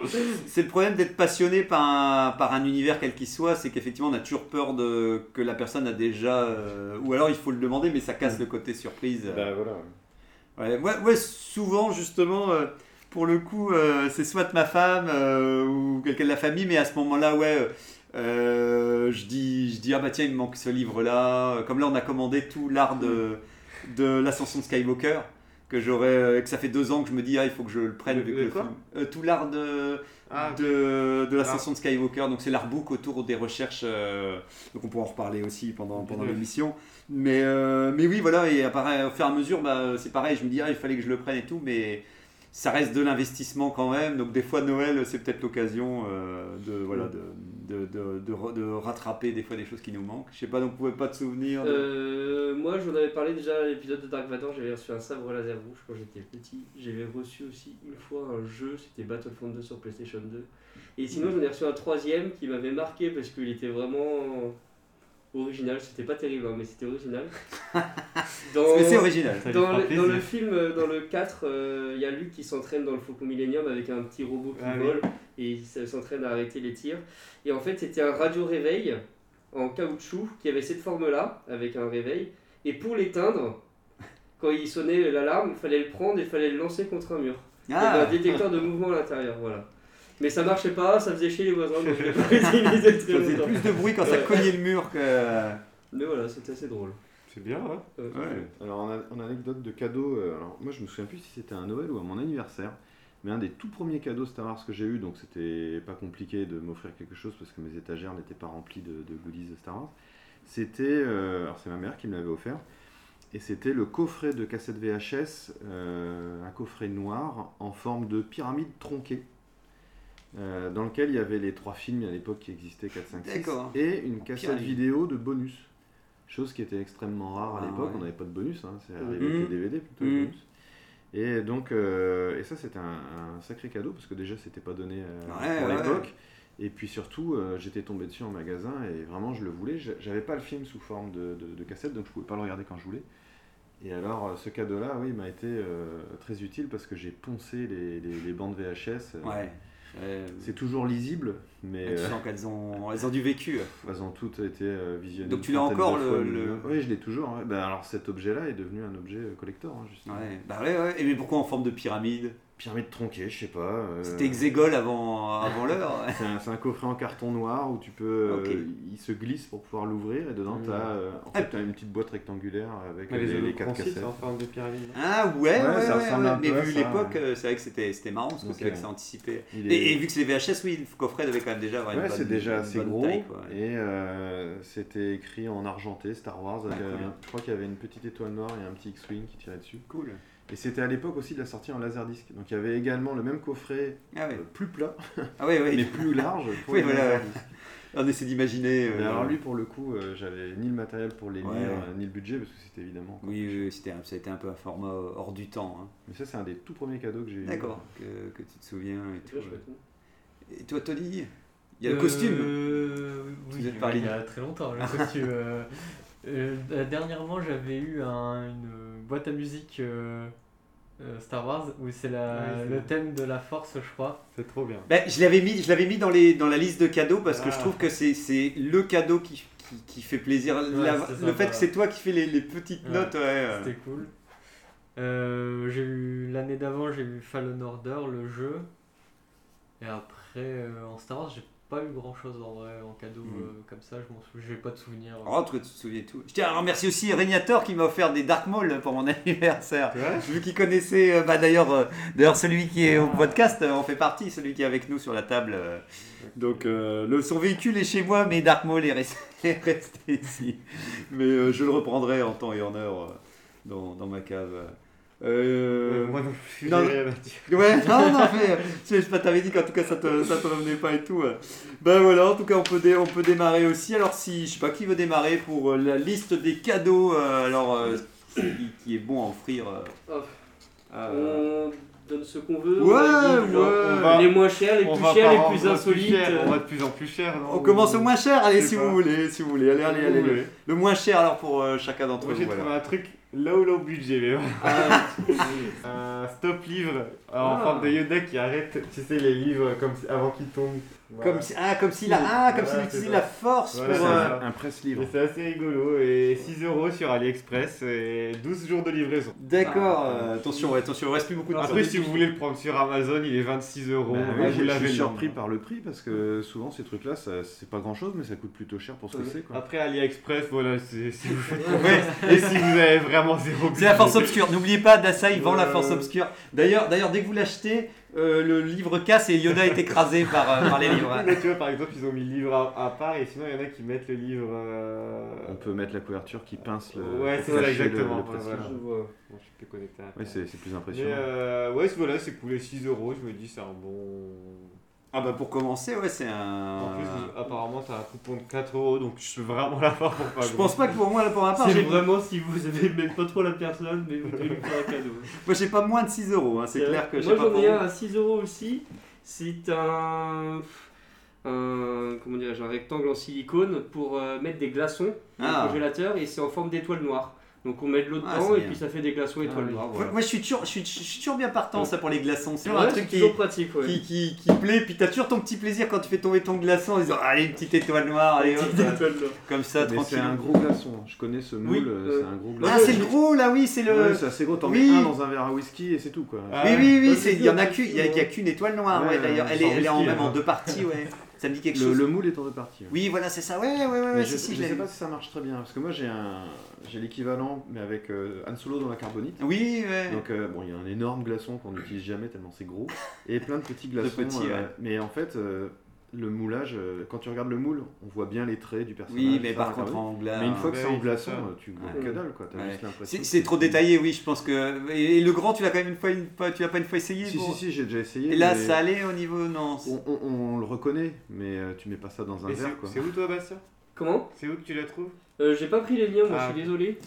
S1: c'est le problème d'être passionné par un, par un univers quel qu'il soit, c'est qu'effectivement on a toujours peur de que la personne a déjà, euh, ou alors il faut le demander, mais ça casse le côté surprise.
S5: Mm.
S1: euh,
S5: Bah, voilà.
S1: Ouais, ouais, ouais, souvent justement, euh, pour le coup, euh, c'est soit ma femme euh, ou quelqu'un de la famille, mais à ce moment-là, ouais, euh, je dis, je dis ah bah tiens, il me manque ce livre-là. Comme là, on a commandé tout l'art de,
S2: Hmm.
S1: de l'ascension de Skywalker que j'aurais, euh, que ça fait deux ans que je me dis ah il faut que je le prenne
S2: Le-
S1: vu que
S2: le
S1: le
S2: quoi
S1: film- Euh, tout l'art de
S2: Ah,
S1: de, de l'ascension de Skywalker. Donc c'est l'artbook autour des recherches. euh, donc on pourra en reparler aussi pendant, pendant
S2: Bien.
S1: l'émission. Mais, euh, mais oui, voilà, et apparaît, au fur et à mesure, bah, c'est pareil, je me dis, ah, il fallait que je le prenne et tout, mais ça reste de l'investissement quand même. Donc des fois, Noël, c'est peut-être l'occasion euh, de, voilà, de, de, de, de re- de rattraper des fois des choses qui nous manquent. Je sais pas, donc vous pouvez pas te souvenir. de-
S4: Euh, moi, j'en avais parlé déjà à l'épisode de Dark Vador, j'avais reçu un sabre laser rouge quand j'étais petit. J'avais reçu aussi une fois un jeu, c'était Battlefront 2 sur PlayStation 2. Et sinon, j'en ai reçu un troisième qui m'avait marqué parce qu'il était vraiment original, c'était pas terrible, hein, mais
S1: [LAUGHS]
S4: c'était original. Euh,
S1: Parce que c'est original.
S2: Ça lui
S4: Dans
S2: fera
S4: le, dans
S2: plaisir.
S4: le film, euh, dans le 4, il y a Luke qui s'entraîne dans le Faucon Millenium avec un petit robot qui
S2: Ah oui.
S4: vole et il s- s'entraîne à arrêter les tirs. Et en fait, c'était un radio-réveil en caoutchouc qui avait cette forme-là, avec un réveil. Et pour l'éteindre, quand il sonnait l'alarme, il fallait le prendre et il fallait le lancer contre un mur. Il y avait
S1: Ah,
S4: un détecteur de mouvement à l'intérieur, voilà. Mais ça marchait pas, ça faisait chier les voisins, donc je l'ai pas utilisé
S1: ça
S4: très
S1: faisait
S4: longtemps.
S1: plus de bruit quand ça
S4: Ouais.
S1: cognait le mur que.
S4: Mais voilà, c'était assez drôle.
S2: C'est bien, hein
S4: Euh,
S5: Ouais. Alors en, a- en anecdote de cadeau, euh, alors moi je me souviens plus si c'était à Noël ou à mon anniversaire, mais un des tout premiers cadeaux Star Wars que j'ai eu, donc c'était pas compliqué de m'offrir quelque chose parce que mes étagères n'étaient pas remplies de, de goodies de Star Wars. C'était, euh, alors c'est ma mère qui me l'avait offert, et c'était le coffret de cassette VHS, euh, un coffret noir en forme de pyramide tronquée. euh, dans lequel il y avait les trois films à l'époque qui existaient 4, 5, 6
S1: D'accord.
S5: et une cassette
S1: Pyramide.
S5: vidéo de bonus. Chose qui était extrêmement rare à
S1: Ah,
S5: l'époque,
S1: ouais.
S5: on n'avait pas de bonus, hein, c'est arrivé
S1: Mhm.
S5: avec les DVD plutôt. les
S1: Mhm.
S5: bonus. Et donc, euh, et ça c'était un, un sacré cadeau parce que déjà c'était pas donné à
S1: Ouais, ouais.
S5: l'époque. Et puis surtout, euh, j'étais tombé dessus en magasin et vraiment je le voulais. J'a- J'avais pas le film sous forme de, de- de cassette donc je pouvais pas le regarder quand je voulais. Et alors, euh, ce cadeau-là, oui, m'a été euh, très utile parce que j'ai poncé les, les- les bandes VHS. euh,
S1: Ouais. Euh,
S5: C'est toujours lisible, mais.
S1: Ah, tu
S5: euh,
S1: sens qu'elles ont, elles ont du vécu.
S5: elles ont toutes été euh, visionnées.
S1: Donc tu
S5: une
S1: l'as
S5: trentaine
S1: encore,
S5: de fois
S1: le-
S5: le
S1: le-
S5: minimum. Oui, je l'ai toujours. ouais. Ben, alors cet objet-là est devenu un objet euh, collector, hein, justement.
S1: Ouais, bah ouais, ouais. Et mais pourquoi en forme de pyramide
S5: Pyramide tronquée, je sais pas. euh,
S1: C'était hexagone avant, avant l'heure. ouais.
S5: c'est un, c'est un coffret en carton noir où tu peux. euh,
S1: Ok.
S5: il se glisse pour pouvoir l'ouvrir et dedans
S2: Mm.
S5: t'as euh, en
S1: Ah,
S5: fait, t'as une petite boîte rectangulaire avec
S2: Mais
S5: euh, les,
S2: les,
S5: les
S2: autres
S5: quatre
S2: principes,
S5: cassettes.
S2: c'est en forme de pyramide.
S1: Ah ouais, ouais,
S5: Ouais, ça
S1: ouais,
S5: ressemble
S1: ouais.
S5: un
S1: Mais
S5: peu à
S1: vu
S5: ça,
S1: l'époque,
S5: ouais.
S1: euh, c'est vrai que c'était c'était marrant parce que
S5: Donc,
S1: c'est vrai que
S5: euh,
S1: c'est anticipé.
S5: Il est-
S1: Et, et vu que c'est les VHS, oui, le coffret devait quand même déjà avoir une
S5: Ouais,
S1: bonne-
S5: c'est déjà
S1: une
S5: assez
S1: bonne
S5: gros.
S1: taille, quoi.
S5: Et euh, c'était écrit en argenté, Star Wars. avec,
S1: cool.
S5: euh, je crois qu'il y avait une petite étoile noire et un petit X-Wing qui tirait dessus.
S1: Cool.
S5: Et c'était à l'époque aussi de la sortie en laserdisc. Donc il y avait également le même coffret
S1: Ah ouais,
S5: euh, plus plat
S1: ah ouais, ouais.
S5: mais plus large pour
S1: Oui,
S5: les
S1: voilà,
S5: laserdiscs.
S1: [LAUGHS] on essaie d'imaginer. euh,
S5: Mais alors lui, pour le coup, euh, j'avais ni le matériel pour les lire,
S1: Ouais.
S5: euh, ni le budget, parce que c'était évidemment... encore
S1: Oui,
S5: plus cher.
S1: oui, oui, c'était un- c'était un peu un format hors du temps. hein.
S5: Mais ça, c'est un des tout premiers cadeaux que j'ai eu.
S1: D'accord, que, que tu te souviens et
S4: c'est
S1: tout.
S4: très chouette, hein.
S1: Et toi, Tony Il y a le costume.
S3: Euh,
S1: Tu
S3: oui,
S1: nous as parlé.
S3: Il y a très longtemps, le costume. euh, euh, euh, dernièrement, j'avais eu un- une boîte à musique euh, euh, Star Wars où c'est la-
S2: Oui, c'est
S3: le
S2: vrai.
S3: thème de la force, je crois.
S2: C'est trop bien.
S1: Ben, je l'avais mis, je l'avais mis dans, les, dans la liste de cadeaux parce que
S2: Ah.
S1: je trouve que c'est, c'est le cadeau qui, qui, qui fait plaisir. La-
S3: c'est
S1: le
S3: sympa.
S1: fait que c'est toi qui fais les, les petites
S3: Ouais.
S1: notes, ouais. euh.
S3: C'était cool. Euh, j'ai eu l'année d'avant, j'ai eu Fallen Order, le jeu. Et après, euh, en Star Wars, j'ai pas eu grand chose en vrai en cadeau
S1: Mm.
S3: euh, comme ça. Je m'en sou- j'ai pas de souvenir.
S1: Oh, en tout cas, tu te souviens de tout. Je tiens à remercier aussi Régnator qui m'a offert des Dark Maul pour mon [LAUGHS] anniversaire.
S2: Tu vois
S1: Vu qu'il connaissait, euh, bah, d'ailleurs, euh, d'ailleurs celui qui est au
S2: Ah.
S1: podcast euh, en fait partie, celui qui est avec nous sur la table. euh. Donc euh, le, son véhicule est chez moi, mais Dark Maul est resté, [LAUGHS] est resté ici. Mais euh, je le reprendrai en temps et en heure euh, dans, dans ma cave. Euh,
S2: Euh, Moi non plus, j'ai
S1: non,
S2: rien à dire.
S1: Ouais, non, non, mais je, je t'avais dit qu'en tout cas ça te, ça t'en emmenait pas et tout. ouais. Ben voilà, en tout cas on peut, dé- on peut démarrer aussi. Alors si, je sais pas qui veut démarrer pour euh, la liste des cadeaux, euh, alors euh, qui, qui est bon à offrir. euh,
S4: Oh.
S1: à-
S2: Euh,
S4: On donne ce qu'on veut.
S1: Ouais,
S4: on a dit, genre,
S2: ouais.
S4: on va- Les moins chers, les
S2: On
S4: plus
S2: va
S4: chers,
S2: pas
S4: les
S2: rendre
S4: plus
S2: plus
S4: insolites.
S2: cher, On
S4: euh,
S2: va de plus en plus cher. non
S1: on commence au moins cher, allez
S2: Je sais
S1: si
S2: pas.
S1: vous voulez, si vous voulez, allez, allez, allez.
S2: Ouais.
S1: Le moins cher alors pour euh, chacun d'entre
S2: Moi
S1: vous.
S2: j'ai
S1: voilà.
S2: trouvé un truc low low budget, mais voilà. [LAUGHS] un stop livre en
S4: Ah.
S2: forme de Yoda qui arrête, tu sais, les livres comme si- avant qu'ils tombent. Voilà.
S1: Comme si, ah, comme s'il a, ah, comme
S2: Voilà,
S1: s'il
S2: c'est
S1: utilisait
S2: ça.
S1: la force
S2: Voilà,
S1: pour.
S2: c'est
S1: euh,
S2: ça.
S5: Un presse-livre.
S2: Et c'est assez rigolo. Et 6 euros sur AliExpress et 12 jours de livraison.
S1: D'accord, euh, attention, ouais, attention, il reste plus beaucoup de temps.
S2: Ah. Après, si vous voulez le prendre sur Amazon, il est 26 euros.
S5: Bah oui,
S2: Vous
S5: je- je
S2: l'avez
S5: suis
S2: le
S5: surpris
S2: lendemain.
S5: par le prix parce que souvent ces trucs-là, ça- c'est pas grand-chose, mais ça coûte plutôt cher pour ce que
S4: Ouais.
S5: c'est. quoi.
S2: Après AliExpress, voilà, c'est si vous [LAUGHS] faites
S1: Ouais.
S2: Et si vous avez vraiment zéro
S1: C'est la
S2: budget.
S1: force obscure. N'oubliez pas, Dassa, il vend la
S2: Euh.
S1: force obscure. D'ailleurs, d'ailleurs, dès que vous l'achetez, euh, le livre casse et Yoda est écrasé par, euh, [LAUGHS] par les livres. hein.
S2: Là, tu vois, par exemple, ils ont mis le livre à, à part et sinon, il y en a qui mettent le livre. euh,
S5: On peut mettre la couverture qui pince le.
S2: Ouais, c'est
S5: pour
S2: ça,
S5: cacher le-
S2: exactement.
S5: le
S2: Ouais,
S5: presse-livre.
S2: voilà.
S4: Je vois.
S2: Bon, je suis plus connecté à
S5: Ouais, c'est c'est plus
S2: Mais
S5: impressionnant.
S2: euh, ouais, c'est- voilà, c'est cool. Et 6 euros, je me dis, c'est un bon.
S1: Ah bah pour commencer, ouais, c'est un.
S5: Ah.
S2: En plus, apparemment, t'as un coupon de 4 euros, donc je suis vraiment la voir pour pas.
S1: je
S2: grand.
S1: pense pas que pour moi, là, pour ma part,
S4: C'est
S1: j'ai
S4: vraiment si vous aimez même pas trop la personne, mais vous devez lui faire un cadeau.
S1: [LAUGHS] moi, j'ai pas moins de 6 euros. hein, C'est clair que j'ai
S4: Moi
S1: pas
S4: j'en ai
S1: pour-
S4: un à 6 euros aussi. C'est un. un, comment dirais-je, un rectangle en silicone pour euh, mettre des glaçons dans
S1: Ah.
S4: le congélateur et c'est en forme d'étoile noire. Donc on met de l'eau
S1: Ah,
S4: dedans
S1: c'est
S4: et
S1: bien. Ah,
S4: puis ça fait des glaçons étoiles
S3: oui.
S4: noires.
S1: Moi,
S4: Voilà.
S1: moi, je suis toujours, je suis, je suis toujours bien partant, ça, pour les glaçons. C'est
S4: Ouais,
S1: vraiment un truc qui,
S4: toujours pratique, ouais.
S1: qui, qui, qui plaît, puis t'as toujours ton petit plaisir quand tu fais tomber ton glaçon en disant Allez, une petite étoile noire, allez, hop,
S4: Petite étoile noire.
S1: comme ça,
S5: Mais c'est
S1: tranquille.
S5: un gros glaçon. hein. Je connais ce moule,
S4: Oui,
S5: euh,
S4: euh,
S5: c'est un gros glaçon.
S1: Ah, c'est le gros, là, oui, c'est le.
S5: Ouais, c'est assez gros. T'en
S1: Oui.
S5: mets un dans un verre à whisky et c'est tout, quoi.
S2: Ah,
S1: oui, oui, oui,
S4: ouais,
S1: c'est- il y en a qu'une, il y a, il y a qu'une étoile noire, ouais,
S5: Ouais,
S1: d'ailleurs.
S5: euh,
S1: Elle est, elle est en,
S5: sans
S1: même en
S5: whisky,
S1: deux parties, ouais. Ça me dit quelque
S5: le,
S1: chose.
S5: le moule est en deux parties. ouais.
S1: Oui, voilà, c'est ça, ouais, ouais, ouais,
S5: Mais
S1: Ah ouais,
S5: je,
S1: si, si,
S5: je
S1: je l'ai
S5: sais
S1: vu.
S5: pas si ça marche très bien, parce que moi j'ai un j'ai l'équivalent, mais avec euh, Han Solo dans la carbonite.
S1: Oui, ouais.
S5: Donc euh, bon, il y a un énorme glaçon qu'on n'utilise jamais tellement c'est gros, et plein de
S1: [LAUGHS]
S5: petits glaçons.
S1: petits,
S5: euh,
S1: ouais.
S5: Mais en fait, euh, le moulage, euh, quand tu regardes le moule, on voit bien les traits du personnage.
S1: oui, mais
S5: ça, la
S1: par contre,
S5: carbonite.
S1: en glace.
S5: Mais une fois
S2: bah
S5: que c'est
S2: oui,
S5: en
S2: c'est
S5: glaçon,
S2: ça.
S5: euh, tu vois
S1: Ouais.
S5: que dalle, quoi. T'as
S1: Ouais.
S5: juste l'impression.
S1: C'est
S5: que
S1: c'est trop détaillé, oui, je pense que. Et, et le grand, tu l'as quand même une fois, une fois- tu l'as pas une fois essayé
S5: Si,
S1: bon.
S5: si, si, j'ai déjà essayé.
S1: Et là,
S5: mais
S1: ça allait au niveau. Non. c'est-
S5: On, on- on le reconnaît, mais euh, tu mets pas ça dans un
S2: Mais
S5: verre,
S2: c'est
S5: quoi.
S2: c'est où toi, Bastien
S4: Comment
S2: C'est où que tu la trouves
S4: Euh, J'ai pas pris les liens, moi
S2: Ah,
S4: je suis
S2: ok.
S4: désolé.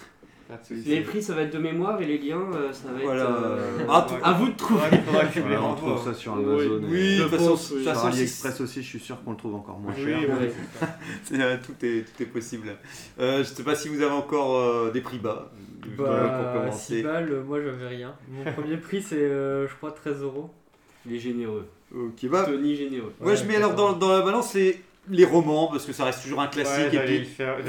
S4: Les prix ça va être de mémoire et les liens euh, ça va
S1: Voilà.
S4: être. euh,
S1: Ah, tout-
S2: Ouais.
S4: À vous de trouver.
S2: Ouais, il faudra que tu me les
S5: Voilà, on trouve
S2: renvoies.
S5: ça sur
S4: Oui,
S5: Amazon.
S1: Oui,
S5: et-
S1: de
S4: Je
S1: toute façon,
S4: pense,
S1: de
S4: oui.
S1: toute
S5: Sur
S1: façon, si-
S5: AliExpress aussi, je suis sûr qu'on le trouve encore moins
S2: Oui,
S5: cher.
S2: ouais.
S4: Ouais.
S1: [LAUGHS] c'est- euh, tout, est, tout est possible. Euh, je sais pas si vous avez encore euh, des prix bas. euh,
S3: Bah,
S1: pour commencer.
S3: 6 balles, euh, moi j'avais rien. Mon premier prix c'est, euh, je crois, 13 euros.
S4: Il est généreux.
S1: Ok, bah,
S4: Tony généreux.
S1: Moi, je mets alors dans, dans la balance les, les romans, parce que ça reste toujours un classique. et puis,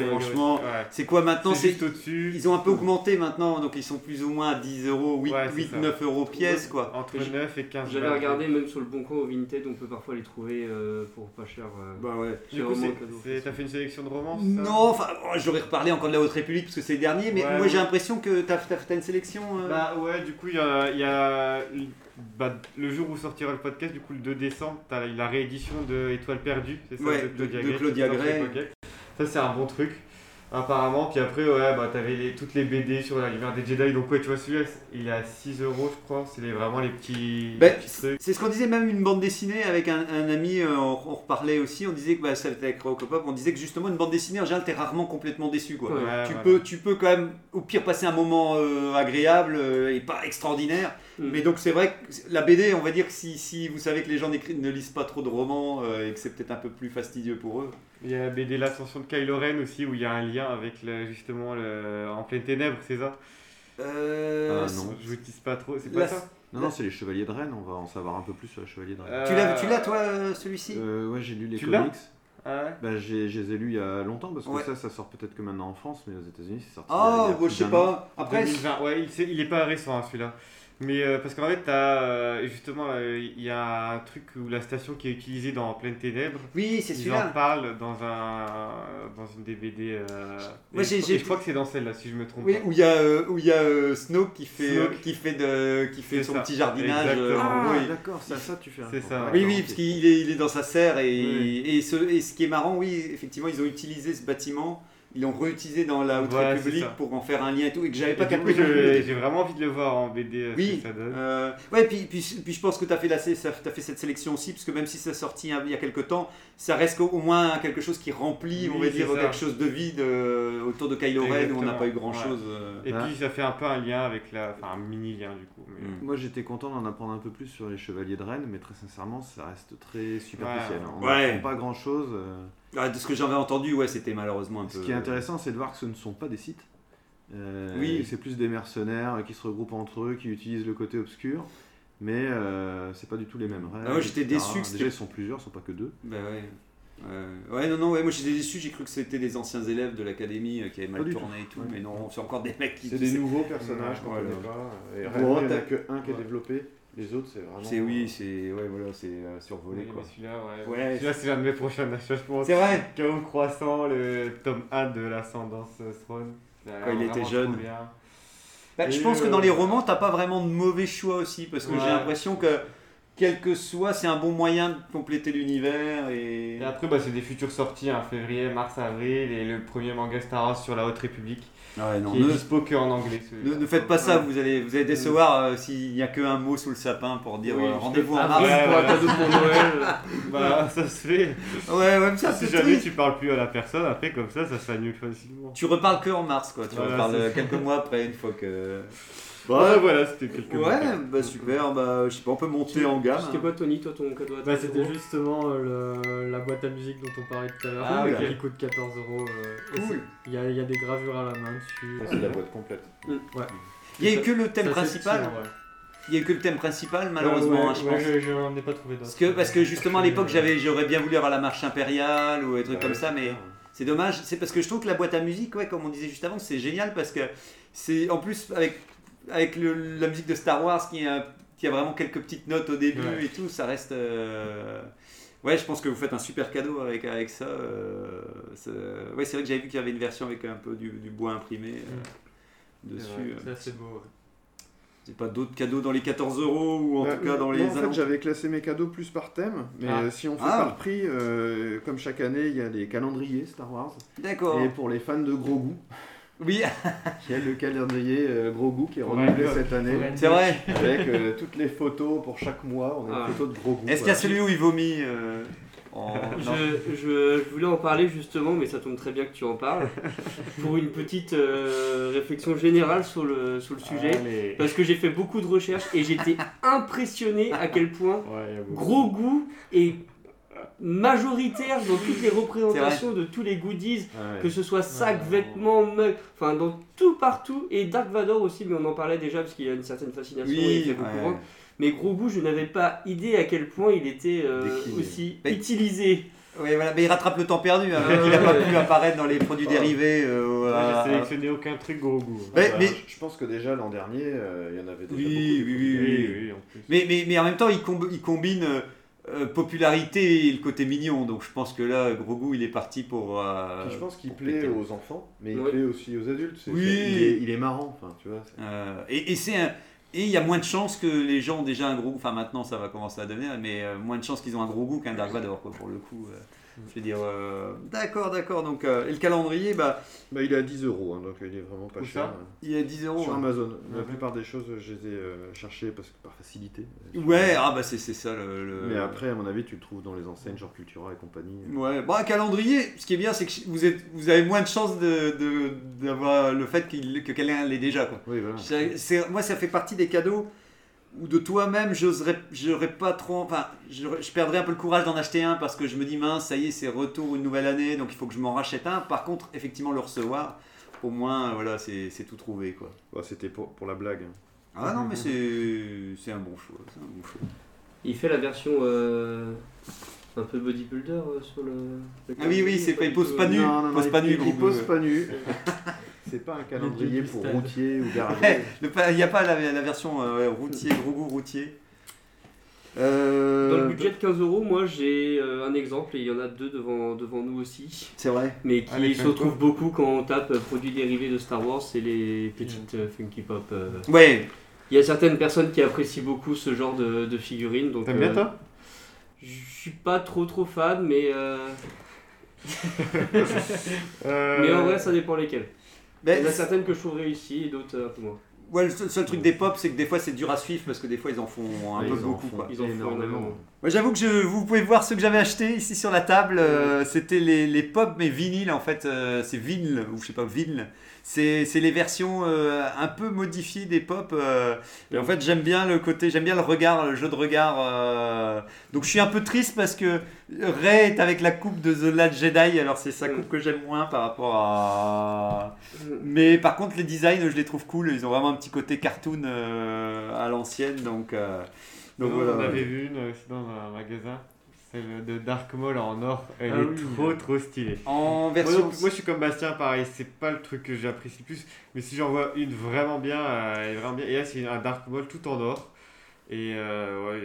S1: franchement, c'est quoi maintenant
S2: bah c'est
S1: c'est
S2: juste au-dessus.
S1: Ils ont un peu augmenté maintenant, donc ils sont plus ou moins à 10 euros, 8,
S2: Ouais, c'est ça.
S1: 9 euros pièce, quoi.
S2: Entre
S4: Je-
S2: 9 et
S1: Ah,
S2: 15
S4: J'avais
S2: balles.
S4: regardé même sur le bon coin au Vinted, on peut parfois les trouver euh, pour pas cher. euh,
S1: Bah ouais.
S4: chez
S2: Du coup,
S4: Roman
S2: c'est-
S4: Cadeau.
S2: c'est- t'as fait une sélection de romans c'est ça
S1: Non, enfin, oh, j'aurais reparlé encore de la Haute République, parce que c'est le dernier, mais
S2: Ouais,
S1: moi
S2: ouais.
S1: j'ai l'impression que t'as t'as- t'as une sélection. euh,
S2: Bah ouais, du coup, il y a, il y a- bah, le jour où sortira le podcast, du coup, le 2 décembre, t'as la réédition de Étoile perdue, c'est ça
S1: Ouais, de- de
S2: qui
S1: Claudia
S2: sort chez
S1: Gray.
S2: Pocket. Ça, c'est un bon truc, apparemment. Puis après, ouais, bah t'avais les- toutes les BD sur la l'univers des Jedi. Donc ouais, tu vois, celui-là, il est à 6 euros, je crois. C'est les- vraiment les petits,
S1: Bah,
S2: les petits trucs.
S1: C'est ce qu'on disait même une bande dessinée avec un, un ami, euh, on, on reparlait aussi, on disait que bah, ça était avec Robocop, on disait que justement une bande dessinée en général t'es rarement complètement déçu quoi.
S4: Ouais,
S2: Ouais,
S1: tu,
S2: voilà.
S1: peux, tu peux quand même au pire passer un moment euh, agréable euh, et pas extraordinaire.
S4: Mm.
S1: Mais donc c'est vrai que la BD, on va dire que si, si vous savez que les gens n'écri- ne lisent pas trop de romans euh, et que c'est peut-être un peu plus fastidieux pour eux.
S2: Il y a la BD L'Ascension de Kylo Ren aussi, où il y a un lien avec le- justement le, En pleine ténèbres, c'est ça
S1: Euh,
S5: Ah, non.
S2: Je vous tease pas trop, c'est
S1: La-
S2: pas ça
S5: Non, non, c'est les Chevaliers de Rennes, on va en savoir un peu plus sur les Chevaliers de Rennes.
S1: Tu l'as, tu l'as toi euh, celui-ci
S5: Euh, ouais, j'ai lu les
S2: Tu l'as
S5: comics.
S2: Ah ouais
S5: Bah, j'ai- je les ai lus il y a longtemps parce que
S1: Ouais.
S5: ça, ça sort peut-être que maintenant en France, mais aux États-Unis, c'est sorti. il y a- il
S1: Ah,
S5: y a
S1: bon,
S5: plus
S1: je sais
S5: d'un an.
S1: pas. Après,
S2: 2020, ouais, il, c'est- il est pas récent hein, celui-là. Mais euh, parce qu'en fait, t'as, euh, justement, euh, il y a un truc où la station qui est utilisée dans En Pleine Ténèbres,
S1: oui, c'est
S2: ils en
S1: celui-là.
S2: parlent dans, un, dans une DVD. euh,
S1: Moi,
S2: et
S1: j'ai-
S2: je,
S1: j'ai-
S2: et je crois que c'est dans celle-là, si je me trompe
S1: Oui,
S2: pas.
S1: où il y a, euh, où il y a euh, Snow qui fait,
S2: Snow.
S1: qui fait, de, qui fait
S2: C'est
S1: son
S2: ça.
S1: petit jardinage.
S2: Exactement.
S1: euh, en
S5: Ah,
S1: gros, et-
S5: d'accord, c'est à ça que tu fais.
S2: C'est
S5: référence.
S2: ça.
S5: D'accord,
S1: Oui, oui,
S5: ok.
S1: parce qu'il est, il est dans sa serre et,
S2: Oui.
S1: et, ce, et ce qui est marrant, oui, effectivement, ils ont utilisé ce bâtiment, ils l'ont réutilisé dans la Haute
S2: Voilà, c'est
S1: République
S2: ça.
S1: pour en faire un lien et tout, et que j'avais
S2: Et
S1: pas
S2: du coup,
S1: capté.
S2: je- j'ai vraiment envie de le voir en BD, euh, ce
S1: Oui.
S2: que ça donne.
S1: Euh, ouais, puis, puis, puis je pense que tu as, fait cette sélection aussi, parce que même si ça sorti il y a quelques temps, ça reste au moins quelque chose qui remplit,
S2: Oui,
S1: on va
S2: c'est
S1: dire,
S2: ça.
S1: quelque chose de vide euh, autour de Kylo Ren où on n'a
S2: Exactement,
S1: pas eu euh. grand chose.
S2: Et
S5: Ah.
S2: puis, ça fait un peu un lien avec la. Enfin, un mini lien du coup. mais-
S1: Mm.
S5: Moi, j'étais content d'en apprendre un peu plus sur les Chevaliers de Rennes, mais très sincèrement, ça reste très superficiel.
S2: Ouais.
S5: hein. On
S1: Ouais.
S5: n'apprend pas grand-chose. euh.
S1: Ah, de ce que j'avais entendu, ouais, c'était malheureusement un
S5: Ce
S1: peu. euh,
S5: qui est intéressant, c'est de voir que ce ne sont pas des sites. Euh,
S1: Oui.
S5: C'est plus des mercenaires qui se regroupent entre eux, qui utilisent le côté obscur, mais euh, c'est pas du tout les mêmes règles.
S1: Ah ouais, j'étais
S5: etc.
S1: déçu que c'était-
S5: Déjà, ils sont plusieurs, ils sont pas que deux.
S1: Bah ouais. Euh, ouais, non, non, ouais, moi j'étais déçu, j'ai cru que c'était des anciens élèves de l'académie euh, qui avaient mal
S5: Pas du
S1: tourné et tout,
S5: Ouais.
S1: mais non, c'est encore des mecs qui.
S5: nouveaux
S2: personnages
S1: qu'on connaît
S5: pas. euh, Et
S1: Rennes, Bon, il y en a t'as-
S5: que un
S2: qui est
S5: développé, les autres, c'est vraiment.
S1: C'est oui, c'est. Ouais, voilà, c'est euh, survolé
S2: Oui,
S1: quoi.
S2: mais celui-là, ouais.
S1: Ouais,
S2: celui-là, c'est l'un de mes prochains achats, je pense.
S1: C'est vrai
S2: Chaos Croissant, le tome 1 de l'ascendance euh, Throne. Ça a
S1: Quand il
S2: l'air
S1: était
S2: vraiment
S1: jeune.
S2: trop bien.
S1: Bah, Je
S2: Et,
S1: pense que
S2: euh,
S1: dans les romans, t'as pas vraiment de mauvais choix aussi, parce que
S2: Ouais.
S1: j'ai l'impression que, quel que soit, c'est un bon moyen de compléter l'univers et.
S2: Et après, bah, c'est des futures sorties, hein, février, mars, avril, et le premier manga Star Wars sur la Haute République,
S1: Ouais, non,
S2: qui est
S1: ne,
S2: dispo que en anglais. celui-là.
S1: ne- ne faites pas ça,
S2: Ouais.
S1: vous allez, vous allez décevoir euh, s'il n'y a qu'un mot sous le sapin pour dire
S2: Oui,
S1: euh,
S2: je
S1: rendez-vous
S4: Ah,
S1: en
S4: pour
S1: mars.
S2: ouais,
S4: un
S2: ouais.
S4: cadeau pour Noël.
S2: [LAUGHS] Bah, ça se fait.
S1: Ouais, ouais, mais ça,
S2: si
S1: c'est
S2: jamais
S1: triste.
S2: tu parles plus à la personne, après, comme ça, ça s'annule facilement.
S1: Tu reparles que en mars, quoi. Tu
S2: Voilà,
S1: reparles
S2: c'est
S1: euh,
S2: ça.
S1: quelques mois après, une fois que.
S2: Bon, ouais, voilà, c'était quelques
S1: Bah, Ouais, bah super, bah je sais pas, on peut monter en gamme.
S4: Mmh.
S1: hein.
S4: C'était quoi, Tony, toi, ton cadeau à
S3: Bah,
S4: 13
S3: c'était
S4: euros
S3: justement euh, le- la boîte à musique dont on parlait tout à l'heure,
S1: Ah,
S3: qui
S1: ok.
S3: coûte 14 euros. euh, et
S1: Cool.
S3: c'est- Il y a, il y a des gravures à la main dessus.
S5: C'est la boîte complète.
S1: Il y a eu que le
S3: Ça,
S1: thème
S3: c'est
S1: principal.
S3: petit, hein, ouais.
S1: Il y a eu que le thème principal, malheureusement,
S3: Ouais,
S1: hein, je
S3: ouais,
S1: pense.
S3: ouais, je- j'en ai pas trouvé d'autres.
S1: Parce que, parce que justement à l'époque
S3: Euh,
S1: j'avais j'aurais bien voulu avoir la marche impériale ou des
S5: Bah
S1: trucs comme ça mais c'est dommage c'est parce que je trouve que la boîte à musique ouais comme on disait juste avant c'est génial parce que c'est en plus avec avec le- la musique de Star Wars qui a qui a vraiment quelques petites notes au début
S3: Ouais.
S1: et tout ça reste euh, ouais je pense que vous faites un super cadeau avec avec ça euh, ça- ouais c'est vrai que j'avais vu qu'il y avait une version avec un peu du, du bois imprimé
S5: Mm.
S1: euh,
S3: c'est
S1: dessus
S3: vrai,
S1: euh.
S3: C'est assez beau.
S1: c'est pas d'autres cadeaux dans les 14 euros ou en
S5: Bah,
S1: tout cas dans
S5: non,
S1: les
S5: en fait,
S1: alentours.
S5: j'avais classé mes cadeaux plus par thème, mais
S3: Ah.
S5: euh, si on fait
S1: Ah.
S5: par prix, euh, comme chaque année, il y a les calendriers Star Wars.
S1: d'accord
S5: Et pour les fans de gros goût,
S1: oui [LAUGHS]
S5: il y a le calendrier euh, gros goût qui est
S2: Ouais,
S5: renouvelé
S2: ouais.
S5: cette année,
S3: Ouais.
S1: c'est vrai
S5: avec euh, toutes les photos pour chaque mois. On a
S4: Ah.
S5: une photo de gros goût.
S1: Est-ce qu'il y a celui où il vomit euh, en- non.
S4: [LAUGHS] Je, je- je voulais en parler justement, mais ça tombe très bien que tu en parles,
S3: [LAUGHS]
S4: pour une petite euh, réflexion générale sur le, sur le sujet.
S2: Allez.
S4: Parce que j'ai fait beaucoup de recherches et j'étais impressionné à quel point
S2: Ouais, il y a beaucoup.
S4: gros goût est majoritaire dans toutes les représentations de tous les goodies,
S5: Ah ouais.
S4: que ce soit sac,
S3: Ouais.
S4: vêtements, mug, enfin dans tout partout. Et Dark Vador aussi, mais on en parlait déjà parce qu'il a une certaine fascination et il fait beaucoup
S1: ouais.
S4: vendre. Mais gros goût, je n'avais pas idée à quel point il était euh,
S5: Décliné.
S4: aussi
S1: Mais-
S4: utilisé.
S1: Ouais, voilà, mais il rattrape le temps perdu,
S4: [LAUGHS]
S1: hein,
S4: Ouais,
S1: il n'a pas
S4: ouais.
S1: pu apparaître dans les produits dérivés. euh, ou,
S2: Moi,
S1: euh,
S2: j'ai sélectionné aucun truc gros goût. hein.
S1: Mais-
S5: Bah,
S1: mais-
S5: je- Je pense que déjà l'an dernier, euh, il y en avait déjà
S1: Oui,
S5: beaucoup.
S1: oui,
S2: Oui,
S1: oui,
S2: oui, en plus.
S1: mais, mais, mais en même temps, il, comb- il combine euh, euh, popularité et le côté mignon, donc je pense que là, gros goût, il est parti pour... euh,
S5: Puis je pense qu'il
S1: pour
S5: plaît
S1: péter.
S5: aux enfants, mais il
S4: Ouais.
S5: plaît aussi aux adultes. C'est-
S1: Oui.
S5: c'est- il, est, il est marrant, enfin, tu vois. c'est-
S1: Euh, et et c'est un- et il y a moins de chances que les gens ont déjà un gros goût, enfin maintenant ça va commencer à devenir, mais euh, moins de chances qu'ils ont un gros goût qu'un Dark Vador, quoi, pour le coup. euh.
S4: Mm.
S1: Je veux dire, euh, d'accord, d'accord, donc euh, et le calendrier, bah,
S5: Bah, il est à 10 euros, hein, donc il est vraiment pas
S2: Où
S5: cher.
S2: ça
S5: hein.
S1: il est à 10 euros.
S5: Sur
S1: hein.
S5: Amazon. La
S2: Ouais.
S5: plupart des choses, je les ai euh, cherchées parce que par facilité. euh,
S1: Ouais,
S5: sur-
S1: ah bah c'est c'est ça le. le-
S5: Mais après, à mon avis, tu le trouves dans les enseignes, genre Cultura et compagnie.
S1: Ouais, bon, un calendrier, ce qui est bien, c'est que vous, êtes, vous avez moins de chances de- de- d'avoir le fait qu'il- que quelqu'un l'ait déjà. Quoi.
S5: Oui, voilà.
S1: Ça- c'est- moi, ça fait partie des cadeaux où de toi-même, j'oserais j'aurais pas trop. Enfin, j'aurais- je perdrais un peu le courage d'en acheter un parce que je me dis, mince, ça y est, c'est retour une nouvelle année, donc il faut que je m'en rachète un. Par contre, effectivement, le recevoir, au moins, voilà, c'est c'est tout trouvé. Quoi.
S5: Bon, Bah, C'était pour, pour la blague. hein.
S1: Ah non, mais c'est c'est un bon choix. c'est un bon choix.
S4: Il fait la version euh, un peu bodybuilder euh, sur le. le
S1: Ah oui, oui, c'est pas- il pose pas
S4: Euh,
S1: nu.
S5: Non, non, non,
S1: pose
S5: il-
S1: pas nu, euh,
S5: il- Il
S1: gros
S5: pose
S1: goût.
S5: pas nu. [LAUGHS] C'est pas un calendrier
S3: du
S5: pour
S3: stade.
S5: routier
S1: [LAUGHS]
S5: ou
S1: Ouais,
S5: garagers.
S1: le pa- Il n'y a pas la, la version euh, ouais, routier, gros goût routier. Euh,
S4: Dans le budget de 15 euros, moi j'ai euh, un exemple et il y en a deux devant, devant nous aussi,
S1: C'est vrai.
S4: mais qui
S2: Avec
S4: se
S2: un
S4: retrouvent beaucoup quand on tape euh, produits dérivés de Star Wars c'est les petites euh, Funky Pop. euh.
S1: Ouais,
S4: Il y a certaines personnes qui apprécient beaucoup ce genre de, de figurines. donc,
S2: T'aimes
S4: euh,
S2: bien toi
S4: Je suis pas trop trop fan, mais, euh,
S2: Euh,
S4: mais en vrai ça dépend lesquelles. Il
S1: Ben,
S4: y en a certaines que je trouve réussies et d'autres euh, un peu moins.
S1: ouais, le seul, seul truc des pop, c'est que des fois c'est dur à suivre parce que des fois ils en font un
S5: Ouais,
S1: peu
S5: ils en
S1: beaucoup.
S5: font
S1: quoi.
S4: Ils en font énormément.
S1: Moi j'avoue que je, vous pouvez voir ceux que j'avais acheté ici sur la table. euh, C'était les, les pop, mais vinyle en fait. euh, c'est vinyle ou je sais pas, vinyle. C'est c'est les versions euh, un peu modifiées des pop. euh, et en fait j'aime bien le côté, j'aime bien le regard, le jeu de regard. euh, donc je suis un peu triste parce que Ray est avec la coupe de The Last Jedi. Alors c'est sa coupe que j'aime moins par rapport à. Mais par contre, les designs, je les trouve cool. Ils ont vraiment un petit côté cartoon euh, à l'ancienne. Donc, euh, donc
S2: non,
S1: voilà.
S2: On avait vu une aussi dans un magasin, celle de Dark Maul en or. Elle
S3: Ah
S2: est
S3: oui.
S2: trop trop stylée.
S1: En
S2: Moi, non
S1: version.
S2: plus- moi, je suis comme Bastien, pareil, c'est pas le truc que j'apprécie le plus, mais si j'en vois une vraiment bien, euh, elle est vraiment bien. Et là, c'est un Dark Maul tout en or. Et euh, ouais,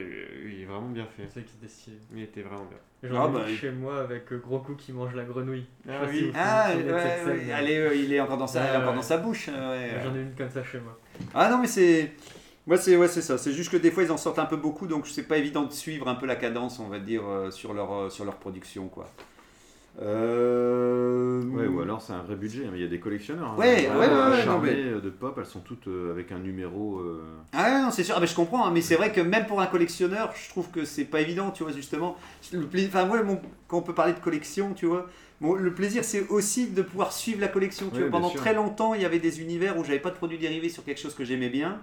S2: il- il est vraiment bien fait.
S3: C'est qui décide.
S2: Il était vraiment bien.
S3: J'en
S1: Ah,
S3: ai
S1: bah,
S3: une
S1: il-
S3: chez moi avec euh, Gros Coup qui mange la grenouille. Je sais
S2: Ah
S3: pas
S2: oui.
S3: si vous vous
S1: Ah,
S3: souvenez de
S1: ouais,
S3: cette
S1: ouais,
S3: scène,
S1: elle est, euh, il est encore dans sa,
S3: Ouais,
S1: elle est encore
S3: ouais.
S1: dans sa bouche. euh, ouais.
S3: J'en ai une comme ça chez moi.
S1: Ah non, mais c'est. Moi, c'est ouais, c'est ça. C'est juste que des fois, ils en sortent un peu beaucoup. Donc, c'est pas évident de suivre un peu la cadence, on va dire, euh, sur, leur, euh, sur leur production. quoi. Euh...
S5: Ouais, ou alors c'est un vrai budget, mais il y a des collectionneurs. hein.
S1: Ouais,
S5: Vraiment,
S1: ouais, ouais, ouais,
S5: charmés,
S1: non, mais-
S5: euh, de pop, elles sont toutes euh, avec un numéro. euh,
S1: Ah ouais, non, c'est sûr, ah, bah, je comprends, hein, mais c'est vrai que même pour un collectionneur, je trouve que c'est pas évident, tu vois, justement. Le pla- enfin, moi, mon- quand on peut parler de collection, tu vois, bon, le plaisir, c'est aussi de pouvoir suivre la collection. Tu
S5: Ouais,
S1: vois,
S5: bien
S1: pendant
S5: sûr.
S1: très longtemps, il y avait des univers où j'avais pas de produits dérivés sur quelque chose que j'aimais bien,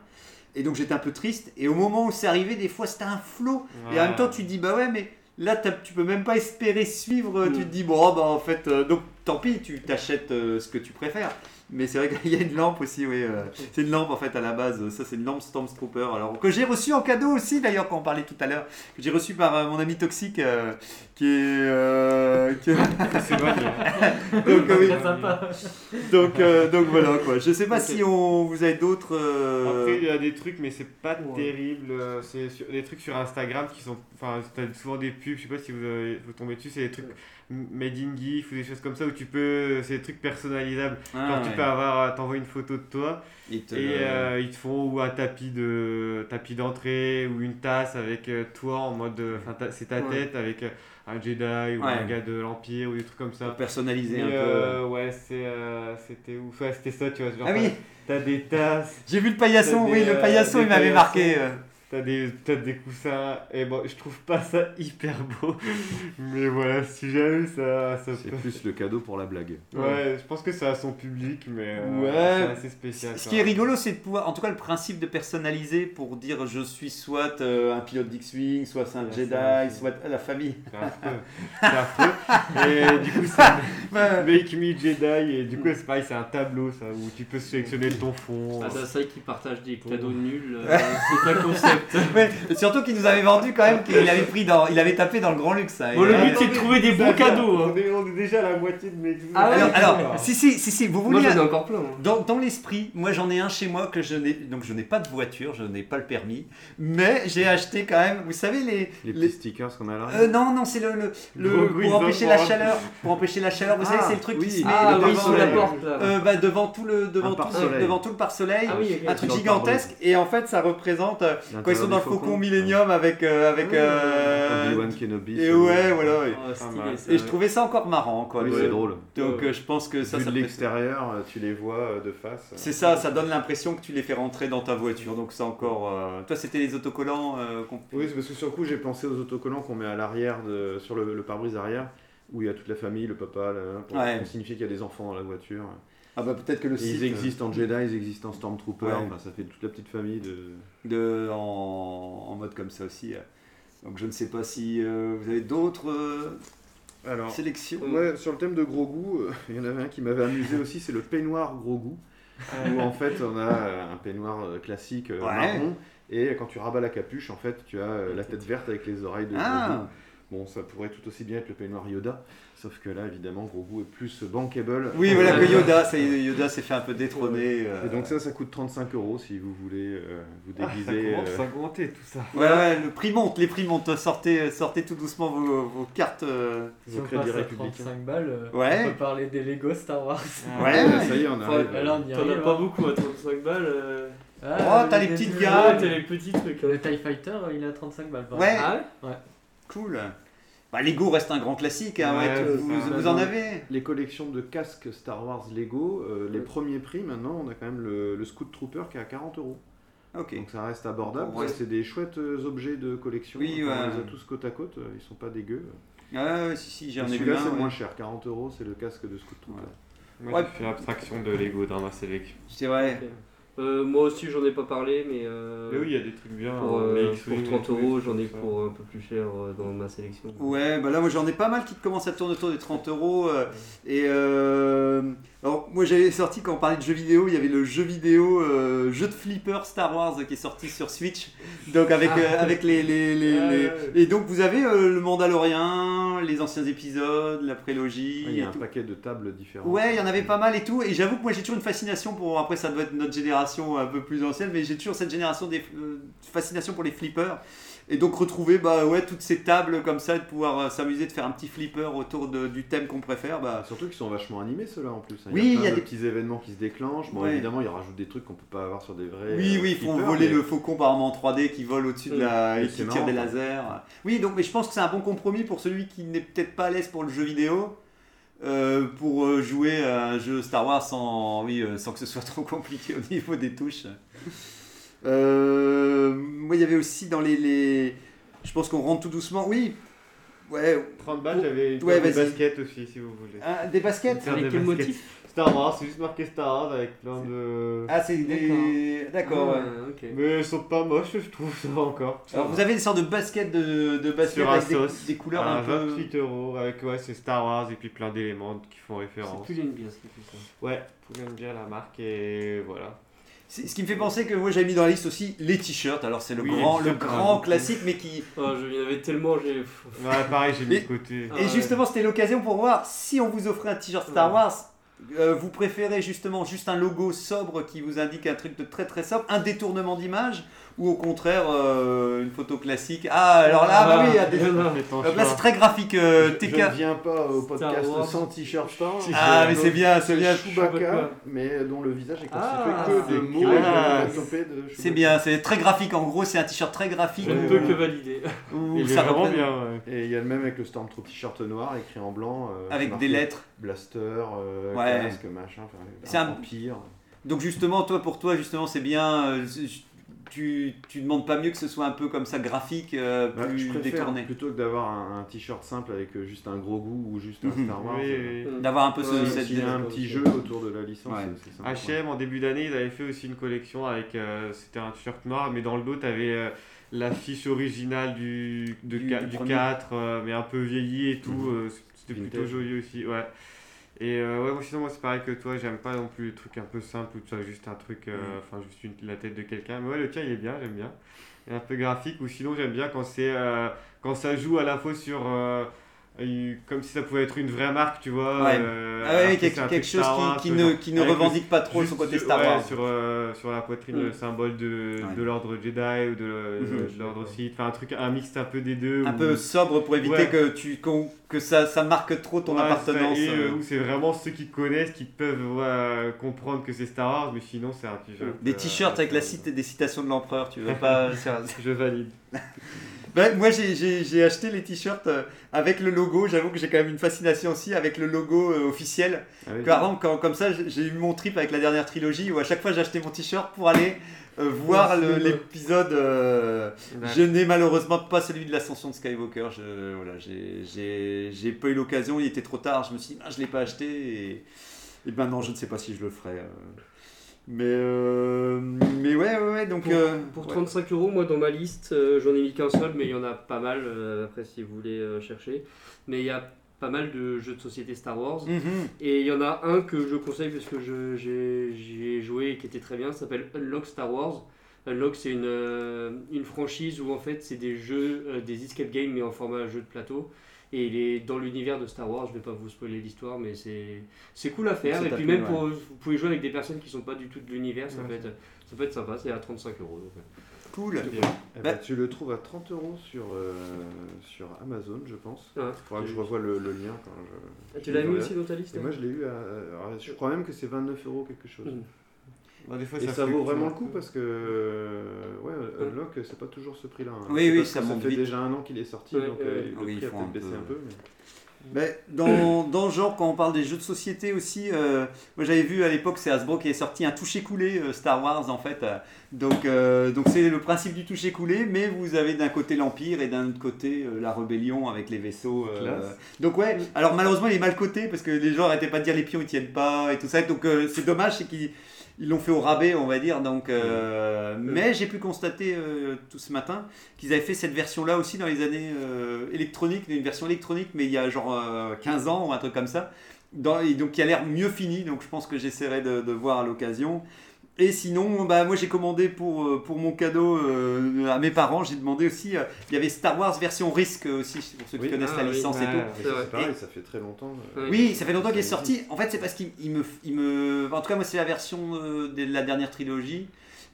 S1: et donc j'étais un peu triste, et au moment où c'est arrivé, des fois, c'était un flot, et en même temps, tu te dis, bah ouais, mais là, t'as- tu peux même pas espérer suivre. euh, Tu
S2: Mm.
S1: te dis, bon, bah en fait, euh, donc tant pis, tu t'achètes euh, ce que tu préfères. Mais c'est vrai qu'il y a une lampe aussi, oui. euh, c'est une lampe en fait à la base. Ça, c'est une lampe Stormtrooper. Alors que j'ai reçu en cadeau aussi, d'ailleurs, quand on parlait tout à l'heure, que j'ai reçu par euh, mon ami toxique, euh, qui est. euh,
S2: [LAUGHS]
S1: qui-
S2: C'est bon.
S1: [LAUGHS] donc, euh, oui.
S3: Très sympa.
S1: donc, euh, donc, voilà quoi. Je sais pas
S2: Ok.
S1: si on vous avez d'autres. euh,
S2: Après, il y a des trucs, mais c'est pas
S3: Ouais.
S2: terrible. euh, C'est sur- des trucs sur Instagram qui sont. Enfin, t'as souvent des pubs, je sais pas si vous, avez- vous tombez dessus, c'est des trucs m- made in GIF ou des choses comme ça où tu peux. C'est des trucs personnalisables.
S1: Ah,
S2: Genre, tu
S1: ouais.
S2: peux avoir. euh, T'envoies une photo de toi
S1: Et te-
S2: et euh, ils te font ou un tapis de tapis d'entrée ou une tasse avec euh, toi en mode. euh, Enfin, ta- c'est ta
S4: Ouais.
S2: tête avec euh, un Jedi ou un
S1: Ouais.
S2: gars de l'Empire ou des trucs comme ça.
S1: personnaliser
S2: Et,
S1: un peu.
S2: euh, ouais, c'est, euh, c'était ouf. Ouais, c'était ça, tu vois. Genre,
S1: Ah oui,
S2: T'as des tasses.
S1: j'ai vu le paillasson,
S2: Des,
S1: oui, le
S2: euh,
S1: paillasson,
S2: des
S1: il m'avait
S2: paillassons.
S1: marqué. euh.
S2: T'as des, t'as des coussins, et bon, je trouve pas ça hyper beau, mais voilà, si jamais ça. ça
S5: C'est
S2: peut-
S5: plus le cadeau pour la blague.
S2: Ouais, je pense que ça a son public, mais euh,
S1: Ouais.
S2: c'est assez spécial.
S1: Ce
S2: quand
S1: qui est
S2: même.
S1: rigolo, c'est de pouvoir, en tout cas, le principe de personnaliser pour dire je suis soit euh, un pilote d'X-Wing, soit c'est un
S2: La famille.
S1: Jedi, soit ah, la famille.
S2: C'est affreux. C'est affreux. Et du coup, c'est
S1: Ouais.
S2: Make Me Jedi, et du coup, c'est pareil, c'est un tableau ça, où tu peux sélectionner ton fond. euh,
S4: Ah, ça, c'est vrai qu'ils partagent des cadeaux nuls.
S2: [LAUGHS]
S4: euh,
S3: C'est un concept.
S1: Ouais. Surtout qu'il nous avait vendu quand même qu'il avait pris dans, il avait tapé dans le grand luxe. hein.
S3: Bon,
S1: Il
S3: le
S1: avait-
S3: but c'est de trouver des bons cadeaux. hein.
S2: On, est, on est déjà à la moitié de mes.
S4: Ah ouais,
S1: alors, alors, si si si si, vous
S4: Moi,
S1: voulez.
S4: j'en ai encore plein. moi.
S1: Dans, dans l'esprit, moi j'en ai un chez moi que je n'ai donc je n'ai pas de voiture, je n'ai pas le permis, mais j'ai acheté quand même. Vous savez les,
S5: Les petits
S1: les-
S5: stickers qu'on a là.
S1: Euh, non, non, c'est le, le, le-
S2: Gros bruit
S1: pour empêcher
S2: de
S1: la
S2: vent.
S1: chaleur. Pour empêcher la chaleur, vous
S5: Ah,
S1: savez, c'est le truc
S5: oui.
S1: qui se met
S4: Ah
S1: devant,
S4: oui, sur la
S1: euh,
S4: porte là.
S1: euh, bah, devant tout le devant
S5: Un
S1: tout,
S5: pare-soleil.
S1: devant tout le pare-soleil.
S4: Ah oui, ok.
S1: un truc
S5: Dans le
S1: gigantesque et en fait ça représente euh, quand ils sont dans le faucon
S5: millénium
S1: Millennium avec euh, avec euh,
S5: Obi-Wan Kenobi.
S1: et
S5: c'est-
S1: ouais voilà ouais.
S4: Oh, stylé,
S2: mal.
S4: ça,
S1: et je
S4: ouais.
S1: trouvais ça encore marrant quoi
S5: Oui,
S1: de-
S5: c'est drôle.
S1: donc euh, je pense que ça,
S5: Vu
S1: ça
S5: de
S1: peut-
S5: l'extérieur, euh, tu les vois euh, de face.
S1: c'est ça ça donne l'impression que tu les fais rentrer dans ta voiture donc ça encore euh, toi c'était les autocollants euh, qu'on-
S5: Oui, c'est parce que sur le coup, j'ai pensé aux autocollants qu'on met à l'arrière, de- sur le, le pare-brise arrière, où il y a toute la famille, le papa, là, pour,
S1: Ouais.
S5: pour signifier qu'il y a des enfants dans la voiture.
S1: ah bah peut-être que le
S5: Et ils
S1: site
S5: existent en Jedi, ils existent en Stormtrooper,
S1: Ouais.
S5: enfin, ça fait toute la petite famille de.
S1: euh, de en, en mode comme ça aussi euh. donc je ne sais pas si euh, vous avez d'autres euh,
S5: Alors,
S1: sélections
S5: ouais, sur le thème de gros goût, euh, [LAUGHS] il y en avait un qui m'avait amusé aussi, c'est le peignoir gros goût, où en fait on a euh, un peignoir euh, classique euh,
S1: Ouais.
S5: marron, et quand tu rabats la capuche, en fait, tu as euh, la tête verte avec les oreilles de gros goût.
S1: ah
S5: Bon, ça pourrait tout aussi bien être le peignoir Yoda, sauf que là, évidemment, gros goût est plus bankable.
S1: oui voilà que Yoda ça- Yoda s'est fait un peu détrôner euh.
S5: Et donc ça, ça coûte 35 euros si vous voulez euh, vous
S2: Ça
S5: déguiser.
S2: commence
S5: euh,
S2: à compter tout ça.
S1: Ouais, ouais, le prix monte, les prix montent. Sortez, sortez tout doucement vos, vos cartes. euh.
S3: Si
S5: Vos
S3: on
S5: crédits
S3: passe à
S5: républicains.
S3: 35 balles, euh,
S1: Ouais.
S3: on peut parler des Lego Star Wars.
S1: Ouais.
S5: ça y est, on
S4: Enfin,
S5: arrive. euh.
S3: Ah, Là on y
S4: T'en as
S3: arrive.
S4: pas
S3: hein.
S4: beaucoup à 35 balles. euh.
S3: Ah,
S1: Oh, t'as
S3: les
S1: les petites
S3: petits-
S4: Ah,
S1: gammes.
S4: t'as les petits trucs. hein.
S3: Le TIE Fighter euh, il est à 35 balles. par
S1: Ouais.
S3: exemple.
S4: Ah ouais
S1: Cool. Bah, Lego reste un grand classique. hein, ouais,
S2: Ouais,
S1: tout-
S2: c'est
S1: vous,
S2: ça.
S1: vous en avez
S5: Les collections de casques Star Wars Lego, euh, les
S4: Ouais.
S5: premiers prix maintenant, on a quand même le, le Scout Trooper qui est à 40 euros.
S1: Ok.
S5: Donc ça reste abordable.
S1: Ouais.
S5: C'est des chouettes euh, objets de collection.
S1: Oui,
S5: on
S1: ouais.
S5: les a tous côte à côte, euh, ils sont pas dégueux.
S1: Ah, ouais, si, si, j'en ai vu
S5: Celui-là,
S1: un.
S5: c'est
S1: ouais.
S5: moins cher. 40 euros, c'est le casque de Scout Trooper.
S2: Moi,
S1: Ouais.
S2: j'ai fait abstraction de Lego dans ma sélection.
S1: C'est vrai.
S4: Euh, Moi aussi, j'en ai pas parlé, mais. euh,
S2: Mais oui, il y a des trucs bien.
S4: Pour,
S2: hein,
S4: euh,
S2: les X-Wing,
S4: pour 30
S2: les
S4: euros,
S2: trucs
S4: j'en ai
S2: comme ça.
S4: pour un peu plus cher euh, dans ma sélection.
S1: Ouais, bah là, moi j'en ai pas mal qui commencent à tourner autour des 30 euros. euh, Et euh, alors, moi j'avais sorti quand on parlait de jeux vidéo, il y avait le jeu vidéo euh, jeu de flipper Star Wars qui est sorti sur Switch. Donc, avec,
S5: Ah.
S1: euh, avec les. les, les-
S2: Ah,
S1: les-
S2: ouais.
S1: Et donc, vous avez euh, le Mandalorian, les anciens épisodes, la prélogie.
S5: Il y a
S1: et
S5: un
S1: tout.
S5: paquet de tables différentes.
S1: Ouais, il y en avait pas mal et tout. Et j'avoue que moi j'ai toujours une fascination pour. Après, ça doit être notre génération un peu plus ancienne, mais j'ai toujours cette génération des euh, fascination pour les flippers. Et donc retrouver bah ouais toutes ces tables comme ça, et de pouvoir euh, s'amuser de faire un petit flipper autour de- du thème qu'on préfère.
S5: Ah,
S1: Bah
S5: Surtout qu'ils sont vachement animés ceux-là en plus. hein.
S1: Oui,
S5: il y a,
S1: il
S5: plein
S1: y a
S5: de
S1: des-
S5: petits événements qui se déclenchent. Bon,
S1: Ouais.
S5: évidemment, ils rajoutent des trucs qu'on peut pas avoir sur des vrais.
S1: oui,
S5: euh,
S1: oui, ils font
S5: flippers,
S1: voler
S5: mais-
S1: le faucon par exemple en 3D qui vole au-dessus de la
S5: Mais
S1: et qui
S5: c'est
S1: tire
S5: marrant,
S1: des
S5: quoi.
S1: lasers. Oui, donc mais je pense que c'est un bon compromis pour celui qui n'est peut-être pas à l'aise pour le jeu vidéo. euh, pour euh, jouer à un jeu Star Wars sans, oui, euh, sans que ce soit [LAUGHS] trop compliqué au niveau des touches. Euh, moi, il y avait aussi dans les. les- Je pense qu'on rentre tout doucement. Oui, ouais,
S2: 30 balles, j'avais une
S1: Ouais,
S2: paire de
S1: vas-y.
S2: baskets aussi, si vous voulez.
S1: hein, des baskets
S2: Faire des
S4: Avec quel
S2: baskets.
S4: motif
S2: Star Wars, c'est juste marqué Star Wars avec plein de.
S1: Ah, c'est des. D'accord, ouais.
S4: Ah, ok.
S2: Mais elles sont pas moches, je trouve, ça va encore.
S1: Alors, vous avez une sorte de basket de, de basket
S2: Sur
S1: avec des,
S2: Asos, Ah,
S1: des couleurs
S2: à
S1: un peu.
S2: 28 euros, avec ouais, c'est Star Wars et puis plein d'éléments qui font
S4: C'est
S2: référence.
S4: plus d'une bière, c'est plus ça.
S2: Ouais, pour bien dire la marque et voilà.
S1: C'est- Ce qui me fait penser que moi j'avais mis dans la liste aussi les t-shirts. Alors c'est le
S2: Oui,
S1: grand,
S2: les
S1: le
S2: t-shirts,
S1: grand
S2: ouais.
S1: classique, mais qui.
S4: Oh, je- il y en avait tellement, j'ai. pff,
S2: Ouais, pareil,
S1: [LAUGHS]
S2: j'ai mis
S1: Mais-
S2: de côté.
S4: Ah
S1: Et
S4: ouais.
S1: justement, c'était l'occasion pour voir si on vous offrait un t-shirt Star
S4: Ouais.
S1: Wars. euh, vous préférez justement juste un logo sobre qui vous indique un truc de très très sobre, un détournement d'image, ou au contraire euh, une photo classique Ah alors là, bah oui, il y a des-
S4: il
S2: [LAUGHS]
S4: y en a.
S2: Étant
S1: Hop là Ah, c'est
S2: short.
S1: très graphique. euh,
S5: je, je
S1: TK.
S5: ne viens pas au
S4: Star
S5: podcast
S4: Wars.
S5: sans t-shirt Star Wars.
S1: Ah mais
S5: Donc,
S1: c'est bien, c'est
S5: c'est
S1: bien.
S5: Chewbacca, mais dont le visage est constitué
S4: Ah,
S5: que de
S2: c'est
S5: mots
S2: cool.
S5: et
S1: Ah,
S5: de topé de Chewbacca.
S1: C'est bien, c'est très graphique. En gros, c'est un t-shirt très graphique. euh,
S4: Je
S5: Ouais,
S4: ne peux
S5: voilà.
S4: que valider.
S1: où
S2: Il est
S1: ça
S2: vraiment
S1: représente-
S2: bien, ouais.
S5: Et il y a le même avec le Stormtrooper t-shirt noir écrit en blanc. euh,
S1: Avec
S5: marqué
S1: des lettres.
S5: Blaster, euh,
S1: Ouais.
S5: casque, machin. enfin,
S1: C'est un-
S5: empire.
S1: Donc justement, toi, pour toi, justement, c'est bien. euh, tu, tu demandes pas mieux que ce soit un peu comme ça graphique, euh,
S5: Bah,
S1: plus
S5: je préfère
S1: détourné.
S5: plutôt que d'avoir un, un t-shirt simple avec euh, juste un gros goût ou juste un
S1: Mhm.
S5: Star Wars.
S2: Oui,
S5: euh,
S2: oui.
S1: D'avoir un peu ce,
S4: Ouais,
S1: cette-
S5: S'il y
S2: hein,
S5: a un petit jeu autour de la licence,
S1: Ouais.
S5: c'est sympa.
S2: H&M en début d'année ils avaient fait aussi une collection avec euh, c'était un t-shirt noir mais dans le dos t'avais euh, l'affiche originale du, de
S1: Du-
S2: ca-
S1: du
S2: du,
S1: premier.
S2: 4 euh, mais un peu vieilli et tout
S5: Mhm.
S2: euh, c'était plutôt
S5: Vintage.
S2: joli aussi ouais et euh, ouais moi sinon moi c'est pareil que toi j'aime pas non plus les trucs un peu simples ou tu as juste un truc
S1: Mhm.
S2: euh, enfin juste une- la tête de quelqu'un mais ouais le tien il est bien j'aime bien et un peu graphique ou sinon j'aime bien quand c'est euh, quand ça joue à la fois sur euh, une- comme si ça pouvait être une vraie marque tu vois
S1: Ouais.
S2: euh,
S1: Ah
S2: alors
S1: ouais,
S2: que c'est
S1: quelque,
S2: un
S1: quelque
S2: truc
S1: chose
S2: Star Wars,
S1: qui, qui
S2: genre.
S1: ne, qui ne
S2: Avec le-
S1: revenir pas trop
S2: Juste
S1: son côté
S2: sur-
S1: Star
S2: ouais,
S1: Wars.
S2: Sur, euh, sur la poitrine,
S4: Mm.
S2: le symbole de,
S1: Ouais.
S2: de l'ordre Jedi ou de,
S1: Mhm.
S2: de l'ordre Sith. Enfin, un truc, un mixte un peu des deux.
S1: Un
S2: où-
S1: peu sobre pour éviter
S2: Ouais.
S1: que, tu, qu'on- que ça, ça marque trop ton
S2: Ouais,
S1: appartenance.
S2: c'est ça. Et, euh,
S1: euh,
S2: où c'est vraiment ceux qui connaissent qui peuvent ouais, comprendre que c'est Star Wars, mais sinon, c'est un t-shirt.
S1: des
S2: euh,
S1: t-shirts avec la
S2: euh,
S1: cite, des citations de l'empereur, tu
S2: [LAUGHS]
S1: veux pas. c'est- [LAUGHS]
S2: Je valide.
S1: Ben, moi, j'ai- j'ai j'ai acheté les t-shirts euh, avec le logo. J'avoue que j'ai quand même une fascination aussi avec le logo euh, officiel.
S5: Ah oui.
S1: Par exemple, quand- comme ça, j'ai j'ai eu mon trip avec la dernière trilogie où à chaque fois j'achetais mon t-shirt pour aller euh, voir le- l'épisode. euh, Je n'ai malheureusement pas celui de l'ascension de Skywalker. Je voilà, j'ai- j'ai j'ai pas eu l'occasion. Il était trop tard. Je me suis dit, Ah, je l'ai pas acheté. Et, et ben non, je ne sais pas si je le ferai. euh. Mais euh, mais ouais ouais, ouais, donc
S4: Pour,
S1: euh,
S4: pour
S1: ouais.
S4: 35 euros, moi dans ma liste, euh, j'en ai mis qu'un seul, mais il y en a pas mal euh, après si vous voulez euh, chercher. Mais il y a pas mal de jeux de société Star Wars.
S1: Mhm.
S4: Et il y en a un que je conseille parce que je- j'ai j'y ai joué et qui était très bien, ça s'appelle Unlock Star Wars. Unlock, c'est une, euh, une franchise où en fait c'est des jeux, euh, des escape games mais en format jeu de plateau. Et il est dans l'univers de Star Wars, je vais pas vous spoiler l'histoire, mais c'est c'est cool à faire.
S1: C'est
S4: Et
S1: tapé,
S4: puis même
S1: ouais.
S4: pour, vous pouvez jouer avec des personnes qui sont pas du tout de l'univers, ça,
S2: Ouais,
S4: peut être- ça peut être sympa, c'est à 35 euros. donc, ouais.
S1: Cool.
S5: Eh
S1: Bah-
S5: ben, tu le trouves à 30 euros sur, euh, sur Amazon, je pense.
S4: Ouais.
S5: Il faudra que je revoie le, le lien quand je.
S4: Hein? ah, Tu
S5: je
S4: l'as mis
S5: verrai.
S4: aussi dans ta liste hein?
S5: Et moi, je l'ai eu à. alors, je crois même que c'est 29 euros quelque chose.
S4: Mm.
S2: Bah, des fois,
S5: Et ça,
S2: fluctue
S5: vaut vraiment
S2: un
S5: le coup
S2: peu.
S5: parce que. euh, Ouais,
S4: Mm.
S5: Unlock, c'est pas toujours ce prix-là. hein.
S1: Oui,
S5: C'est
S1: oui,
S5: parce
S1: ça
S5: que
S1: monte
S5: fait
S1: vite.
S5: déjà un an qu'il est sorti,
S4: Ouais,
S5: donc
S4: ouais.
S5: euh, le
S1: Oui,
S5: prix
S1: il
S5: a
S1: faut un
S5: peut-être baissé
S1: peu-
S5: un peu. mais-
S1: Ben, dans, dans le genre, quand on parle des jeux de société aussi, euh, moi j'avais vu à l'époque, c'est Hasbro qui est sorti un toucher coulé euh, Star Wars en fait. euh, donc euh, donc c'est le principe du toucher coulé, mais vous avez d'un côté l'Empire et d'un autre côté euh, la rébellion avec les vaisseaux. euh,
S5: Classe.
S1: donc ouais, alors malheureusement il est mal coté parce que les gens arrêtaient pas de dire les pions ils tiennent pas et tout ça. Donc euh, c'est dommage, c'est qu'ils ils l'ont fait au rabais on va dire. Donc, euh, Mais j'ai pu constater euh, tout ce matin qu'ils avaient fait cette version là aussi dans les années euh, électroniques, une version électronique, mais il y a genre euh, 15 ans ou un truc comme ça. Dans, et donc qui a l'air mieux fini, donc je pense que j'essaierai de, de voir à l'occasion. Et sinon, bah, moi j'ai commandé pour, euh, pour mon cadeau euh, à mes parents, j'ai demandé aussi, euh, il y avait Star Wars version risque aussi, pour ceux qui
S5: Oui,
S1: connaissent
S4: ah
S1: la
S4: oui,
S1: licence et
S2: ouais.
S1: tout.
S5: Mais
S4: C'est
S5: ça,
S4: vrai.
S5: C'est pareil, ça fait très longtemps. euh,
S1: Oui, ça fait longtemps qu'il est sorti. En fait, c'est parce qu'il il me, il me. En tout cas, moi, c'est la version euh, de la dernière trilogie.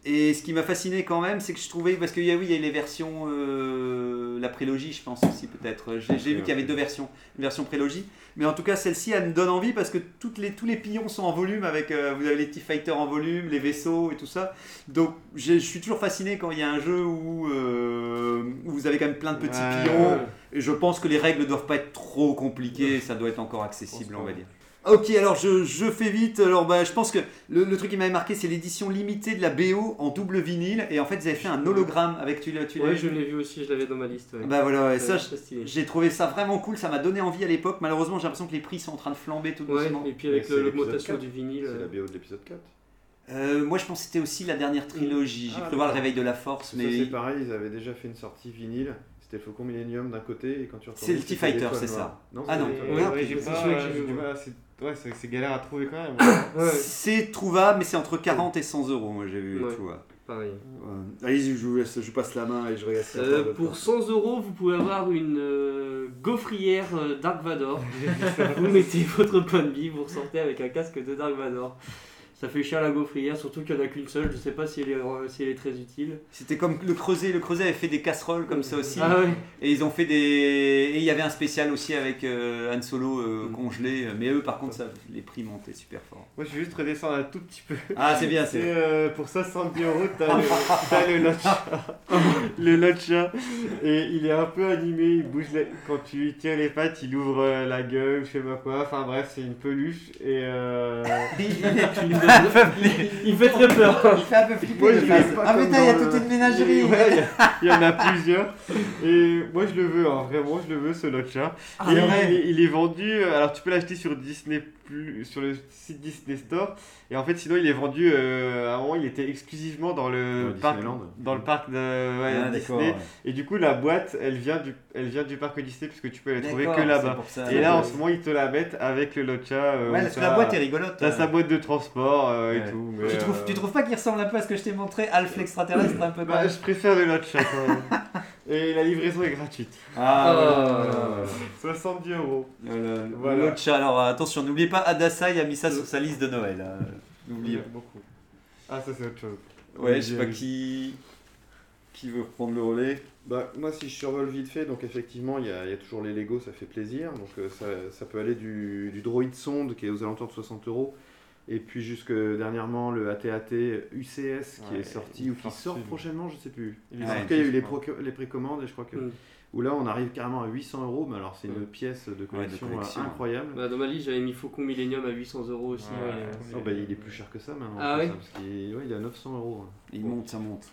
S1: Et ce qui m'a fasciné quand même, c'est que je trouvais, parce qu'il y a, oui, il y a les versions, euh, la prélogie, je pense aussi peut-être. J'ai j'ai vu qu'il y avait deux versions, une version prélogie. Mais en tout cas, celle-ci, elle me donne envie parce que toutes les, tous les pillons sont en volume, avec, euh, vous avez les petits fighters en volume, les vaisseaux et tout ça. Donc j'ai- je suis toujours fasciné quand il y a un jeu où, euh, où vous avez quand même plein de petits
S2: Ouais,
S1: pillons.
S2: ouais.
S1: Et je pense que les règles ne doivent pas être trop compliquées, ça doit être encore accessible,
S2: Je pense
S1: on va
S2: pas.
S1: dire. Ok, alors je, je fais vite. Alors bah, je pense que le, le truc qui m'avait marqué, c'est l'édition limitée de la BO en double vinyle. Et en fait, ils avaient fait un hologramme avec tu l'as tu l'as
S4: Ouais,
S1: vu
S4: je l'ai vu aussi, je l'avais dans ma liste. ouais.
S1: Bah voilà, ouais, ça,
S4: Ouais,
S1: je-
S4: très stylé.
S1: j'ai trouvé ça vraiment cool. Ça m'a donné envie à l'époque. Malheureusement, j'ai l'impression que les prix sont en train de flamber tout
S4: Ouais,
S1: doucement.
S4: et puis avec
S5: Mais
S4: le-
S5: c'est
S4: l'augmentation
S5: l'épisode
S4: du vinyle.
S5: C'est la
S4: euh,
S5: BO de l'épisode 4.
S1: Euh, moi, je pense que c'était aussi la dernière trilogie. J'ai
S5: Ah,
S1: cru voir le
S5: d'accord.
S1: réveil de la force,
S5: Ça,
S1: mais
S5: c'est pareil, ils avaient déjà fait une sortie vinyle. C'était le Faucon Millennium d'un côté, et quand tu retournais.
S1: C'est le
S5: c'était
S1: T-Fighter,
S5: l'étoile
S1: c'est ça.
S5: noire. Non,
S1: Ah
S5: c'est
S1: non.
S5: l'étoile
S4: Ouais,
S5: noire.
S2: Ouais,
S4: ouais,
S2: j'ai
S4: c'est
S2: pas.
S4: celui-là que j'ai
S2: j'ai
S4: vu,
S2: du
S4: ouais.
S2: mal à- c'est- Ouais, c'est c'est galère à trouver quand
S1: [COUGHS]
S2: même.
S4: Ouais,
S1: c'est trouvable, mais c'est entre 40 et 100 euros. Moi, j'ai vu,
S4: Ouais.
S1: tu vois.
S4: pareil.
S1: Ouais. Allez-y, je, vous laisse- je passe la main et je regarde. si
S4: Euh,
S1: attends,
S4: pour 100 euros, vous pouvez avoir une euh, gaufrière euh, Dark Vador. vous mettez votre point de vie, vous ressortez avec un casque de Dark Vador. Ça fait cher la gaufrière, surtout qu'il n'y en a qu'une seule. Je sais pas si elle est, euh, si elle est très utile.
S1: C'était comme le Creuset. Le Creuset avait fait des casseroles comme ça aussi.
S4: Ah ouais.
S1: Et ils ont fait des. Et il y avait un spécial aussi avec euh, Han Solo euh, congelé. Mais eux, par contre, ça, les prix montaient super fort.
S2: Moi, je vais juste redescendre un tout petit peu.
S1: Ah, c'est bien,
S2: C'est
S1: c'est.
S2: euh, pour 70 euros, t'as le,
S1: [LAUGHS]
S2: t'as le Lotcha. [LAUGHS] le Lotcha. Et il est un peu animé, il bouge la- quand tu lui tires les pattes, il ouvre euh, la gueule, je sais pas quoi. Enfin bref, c'est une peluche. Et
S1: [LAUGHS]
S2: euh, [LAUGHS]
S4: Il fait très peur.
S1: Il fait un peu flipper.
S2: Moi, je
S1: les
S2: l'ai
S1: faces.
S2: pas
S1: ah,
S2: comme
S1: mais tain, il y a
S2: dans
S1: toute
S2: le-
S1: une ménagerie.
S2: Ouais, il y a- il y, en a plusieurs. Et moi, je le veux, hein, vraiment, je le veux, ce Lotcha.
S1: Ah,
S2: Et
S1: c'est
S2: il-
S1: vrai.
S2: il, est vendu. euh, Alors, tu peux l'acheter sur Disney, plus, sur le site Disney Store. Et en fait, sinon, il est vendu. euh, à un moment, il était exclusivement dans le
S5: Dans
S2: parc,
S5: Disneyland.
S2: dans le parc de ouais,
S1: Ah, d'accord,
S2: Disney. Et du coup, la boîte, elle vient du, elle vient du parc Disney puisque tu peux la trouver que
S1: D'accord, c'est
S2: là-bas.
S1: pour ça.
S2: Et là, en ce moment, ils te la mettent avec le Lotcha. euh,
S1: Ouais,
S2: où
S1: parce que
S2: t'as-
S1: la boîte est rigolote.
S2: T'as sa boîte de transport euh,
S1: Ouais.
S2: et tout. mais,
S1: Tu trouves,
S2: euh,
S1: tu trouves pas qu'il ressemble un peu à ce que je t'ai montré, Alf l'extraterrestre un peu quand
S2: bah,
S1: même
S2: je préfère le Lotcha quand même. Et la livraison est gratuite.
S1: Ah,
S4: Ah.
S1: voilà, voilà, voilà.
S2: 70 euros.
S1: Le- le-
S2: Voilà.
S1: L'autre chat, alors euh, attention, n'oubliez pas, Adasai a mis ça sur sa liste de Noël. hein. N'oubliez
S2: J'aime beaucoup. Ah, ça, c'est autre chose.
S1: pas. Ouais, je sais pas qui. Qui veut reprendre le relais
S5: Bah, moi, si je survole vite fait, donc effectivement, il y, a il y a toujours les Lego, ça fait plaisir. Donc, euh, ça, ça peut aller du, du droïde sonde qui est aux alentours de 60 euros, et puis jusque dernièrement le ATAT UCS qui
S2: Ouais,
S5: est sorti ou qui sort
S2: fortune.
S5: prochainement, je sais plus.
S2: Il est
S5: en
S1: sorti,
S5: tout cas, il y a eu
S2: je
S5: les,
S2: crois.
S5: proc- les précommandes, et je crois que.
S4: Mm.
S5: Où là, on arrive carrément à 800 euros, mais alors c'est une
S4: Mm.
S5: pièce de collection, euh,
S1: collection, ouais.
S5: incroyable.
S4: Bah, dans ma liste, j'avais mis Faucon Millennium à 800 euros aussi. euh,
S2: Ouais.
S4: ouais.
S5: Oh, bah, il est plus cher que ça maintenant.
S4: Ah
S5: en
S4: ouais
S5: plus, hein, parce qu'il ouais, il est à 900 euros. hein.
S1: Il monte, ça monte.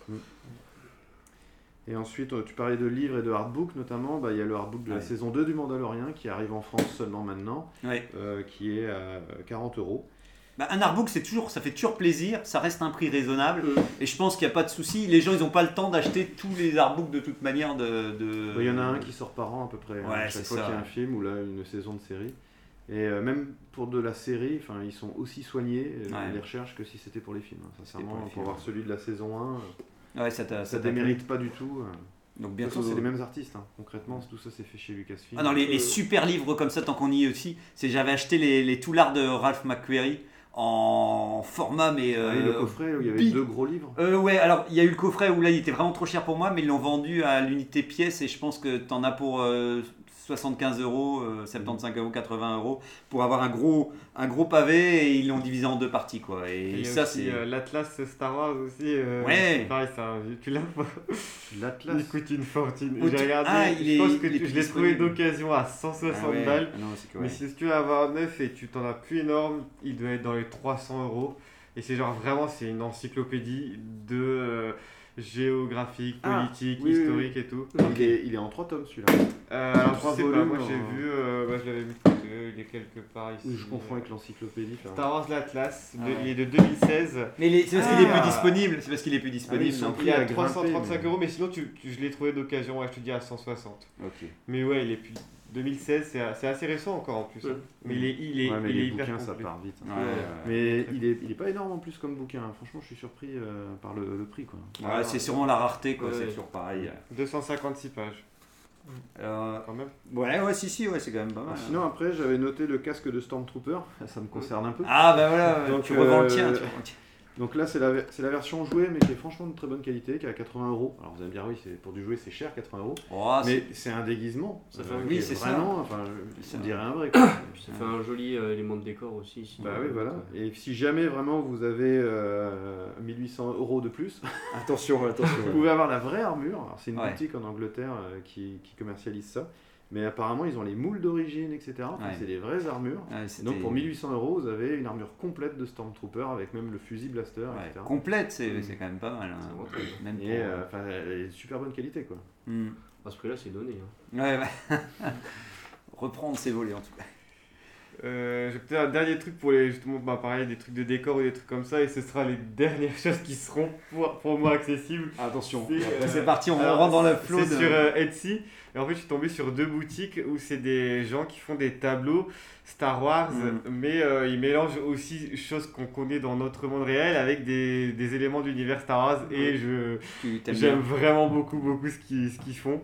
S5: Et ensuite, euh, tu parlais de livres et de hardbook notamment. Bah, Il y a le hardbook de la
S1: Ouais.
S5: saison 2 du Mandalorian qui arrive en France seulement maintenant,
S1: Ouais.
S5: euh, qui est à 40 euros.
S1: Bah, un artbook, c'est toujours, ça fait toujours plaisir, ça reste un prix raisonnable.
S5: Euh.
S4: Mm.
S1: Et je pense qu'il n'y a pas de souci. Les gens, ils n'ont pas le temps d'acheter tous les artbooks de toute manière. de. de-
S5: Bah, Il y en a un qui sort par an à peu près, hein,
S1: Ouais,
S5: chaque
S1: c'est
S5: fois
S1: ça,
S5: qu'il y a
S1: ouais.
S5: un film ou là une saison de série. Et euh, même pour de la série, enfin, ils sont aussi soignés euh,
S1: Ouais.
S5: les recherches que si c'était pour les films. hein. Sincèrement,
S1: pour les
S5: pour,
S1: films,
S5: voir
S1: ouais.
S5: celui de la saison 1, euh,
S1: Ouais, ça t'a.
S5: ça
S1: t'a plu.
S5: démérite pas du tout. euh.
S1: Donc
S5: De toute
S1: bientôt.
S5: façon, c'est les mêmes artistes. hein. Concrètement, tout ça c'est fait chez Lucasfilm. Euh,
S1: Ah non, les, les super livres comme ça, tant qu'on y est aussi, c'est j'avais acheté les, les Toulards de Ralph McQuarrie en format, mais.
S5: Ah,
S1: euh,
S5: et le coffret où il y avait
S1: big.
S5: deux gros livres.
S1: Euh, ouais, alors il y a eu le coffret où là il était vraiment trop cher pour moi, mais ils l'ont vendu à l'unité pièce et je pense que t'en as pour euh, 75 euros, euh, 75 euros, 80 euros pour avoir un gros, un gros pavé et ils l'ont divisé en deux parties quoi.
S2: Et
S1: Et,
S2: il y a
S1: ça
S2: aussi,
S1: c'est.
S2: euh, L'Atlas Star Wars aussi. euh,
S1: Ouais.
S2: c'est Pareil, c'est un vieux. Tu l'as pas
S5: L'Atlas.
S2: Il coûte une fortune.
S1: Oh,
S2: J'ai
S1: tu-
S2: regardé,
S1: Ah, il est-
S2: je pense que
S1: il est
S2: tu-
S1: plus
S2: je l'ai trouvé
S1: disponible.
S2: d'occasion à 160
S1: Ah ouais,
S2: balles.
S1: ah non, c'est que, ouais.
S2: Mais si tu veux avoir neuf et tu t'en as plus énorme, il doit être dans les 300 euros. Et c'est genre vraiment, c'est une encyclopédie de euh, géographique,
S5: Ah,
S2: politique,
S5: oui, oui,
S2: historique et tout.
S5: Il, est, il est en trois tomes celui-là.
S2: Euh, alors,
S5: Trois
S2: je sais
S5: volumes,
S2: pas, moi j'ai
S5: hein.
S2: vu, euh, moi, je l'avais mis, euh, il est quelque part ici. euh,
S5: Ou je confonds avec l'encyclopédie. enfin.
S2: Star Wars l'Atlas,
S1: Ah
S2: de-
S1: ouais.
S2: il est de 2016.
S1: Mais les- c'est parce qu'il est
S2: Ah.
S1: plus disponible, c'est parce qu'il est plus
S5: Ah oui,
S1: disponible.
S5: ils sont
S1: donc.
S5: prix
S2: Il est
S5: a
S2: à
S5: grimpé,
S2: 335
S5: mais-
S2: euros, mais sinon tu, tu- je l'ai trouvé d'occasion, ouais, je te dis à 160.
S1: Ok.
S2: Mais ouais, il est plus 2016, c'est c'est assez récent encore en plus. hein.
S4: Ouais.
S2: Mais il est, il est,
S5: Ouais, mais
S2: il est
S5: les
S2: hyper
S5: bouquins, ça
S2: complet.
S5: part vite. hein.
S1: Ouais, ouais.
S5: Mais il est, il est pas énorme en plus comme bouquin. hein. Franchement, je suis surpris euh, par le, le prix. Quoi.
S1: Ouais, c'est sûrement la rareté quoi,
S4: Ouais.
S1: c'est toujours pareil.
S2: 256 pages,
S1: Alors,
S2: quand même.
S1: ouais, ouais, si, si, ouais, c'est quand même pas mal.
S5: Alors, Ah, sinon, après, j'avais noté le casque de Stormtrooper. [LAUGHS] Ça me concerne un peu.
S1: Ah bah voilà,
S5: Donc,
S1: tu revends le
S5: euh,
S1: tien. tu revends le tien.
S5: Donc là, c'est la, c'est la version jouée, mais qui est franchement de très bonne qualité, qui est à 80 euros. Alors vous allez me dire, oui, c'est, pour du jouet, c'est cher, 80 euros.
S1: Oh, c'est-
S5: Mais c'est un déguisement.
S4: Ça fait-
S5: qui
S1: oui,
S5: est
S1: c'est ça.
S5: vraiment, Enfin,
S1: C'est
S5: je,
S1: un-
S5: on dirait un
S1: [COUGHS]
S5: vrai. quoi.
S4: Ça fait un joli euh, élément de décor aussi. sinon.
S5: Bah oui, voilà.
S1: euh,
S5: Et si jamais vraiment vous avez euh, 1800 euros
S1: [LAUGHS]
S5: de plus,
S4: Attention, attention.
S5: vous pouvez avoir la vraie armure. Alors, c'est une
S1: Ouais.
S5: boutique en Angleterre euh, qui, qui commercialise ça. Mais apparemment, ils ont les moules d'origine, etc. Enfin,
S1: Ouais.
S5: C'est des vraies armures.
S1: Ouais,
S5: Et
S1: c'était-
S5: Donc pour 1800 euros, vous avez une armure complète de Stormtrooper avec même le fusil blaster,
S1: ouais,
S5: etc.
S1: complète,
S2: Mm.
S1: c'est c'est quand même pas mal. hein.
S4: C'est vraiment très bien.
S1: Même pour-
S5: Et euh, enfin, elle est de super bonne qualité quoi.
S1: Hmm.
S4: À ce prix-là, c'est donné. hein.
S1: Ouais, ouais. [LAUGHS] Reprendre ses volets en tout cas.
S2: Euh, J'ai peut-être un dernier truc pour les justement bah, pareil des trucs de décor ou des trucs comme ça et ce sera les [LAUGHS] dernières choses qui seront pour, pour moi accessibles.
S1: Attention,
S2: C'est, euh,
S1: c'est parti, on
S2: alors,
S1: rentre dans la
S2: C'est
S1: flotte.
S2: sur euh, Etsy et en fait je suis tombé sur deux boutiques où c'est des gens qui font des tableaux Star Wars
S1: Mhm.
S2: mais euh, ils mélangent aussi choses qu'on connaît dans notre monde réel avec des, des éléments d'univers Star Wars et je
S1: Tu t'aimes
S2: J'aime
S1: bien.
S2: vraiment beaucoup, beaucoup ce qu'ils ce qu'ils font.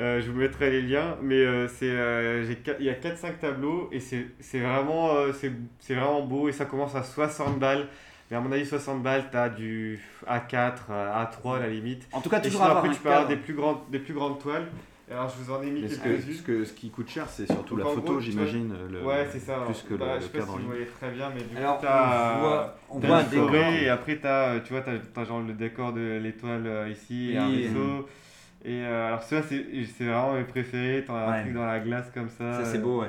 S2: Euh, je vous mettrai les liens, mais euh, c'est euh, j'ai qua- il y a 4-5 tableaux et c'est c'est vraiment, euh, c'est c'est vraiment beau et ça commence à 60 balles. Mais à mon avis, 60 balles, t'as du A4, euh, A3 à la limite.
S1: En tout cas,
S2: Et
S1: toujours
S2: sinon,
S1: avoir
S2: après,
S1: un
S2: tu peux avoir
S1: cadre.
S2: des plus, grandes, des plus grandes toiles. Et Alors, je vous en ai mis
S5: Mais ce, que,
S2: quelques-unes.
S5: ce, que- ce qui coûte cher, c'est surtout
S2: Donc,
S5: la
S2: en
S5: photo,
S2: gros, tu vois-
S5: j'imagine. le-
S2: Ouais, c'est ça.
S5: Plus que le-
S2: Bah,
S5: le,
S2: je sais pas
S5: cadre
S2: si
S5: en
S2: vous
S5: ligne.
S2: voyez très bien, mais du
S1: Alors,
S2: coup, t'as-
S1: on voit, on
S2: T'as
S1: voit un
S2: une
S1: décor.
S2: forêt et après t'as euh, tu vois t'as, t'as genre le décor de l'étoile euh, ici et un
S1: Oui.
S2: vaisseau et euh, alors ça c'est, c'est vraiment mes préférés t'en as
S1: Ouais.
S2: un truc dans la glace comme ça
S1: Ça, c'est
S2: euh.
S1: beau, ouais.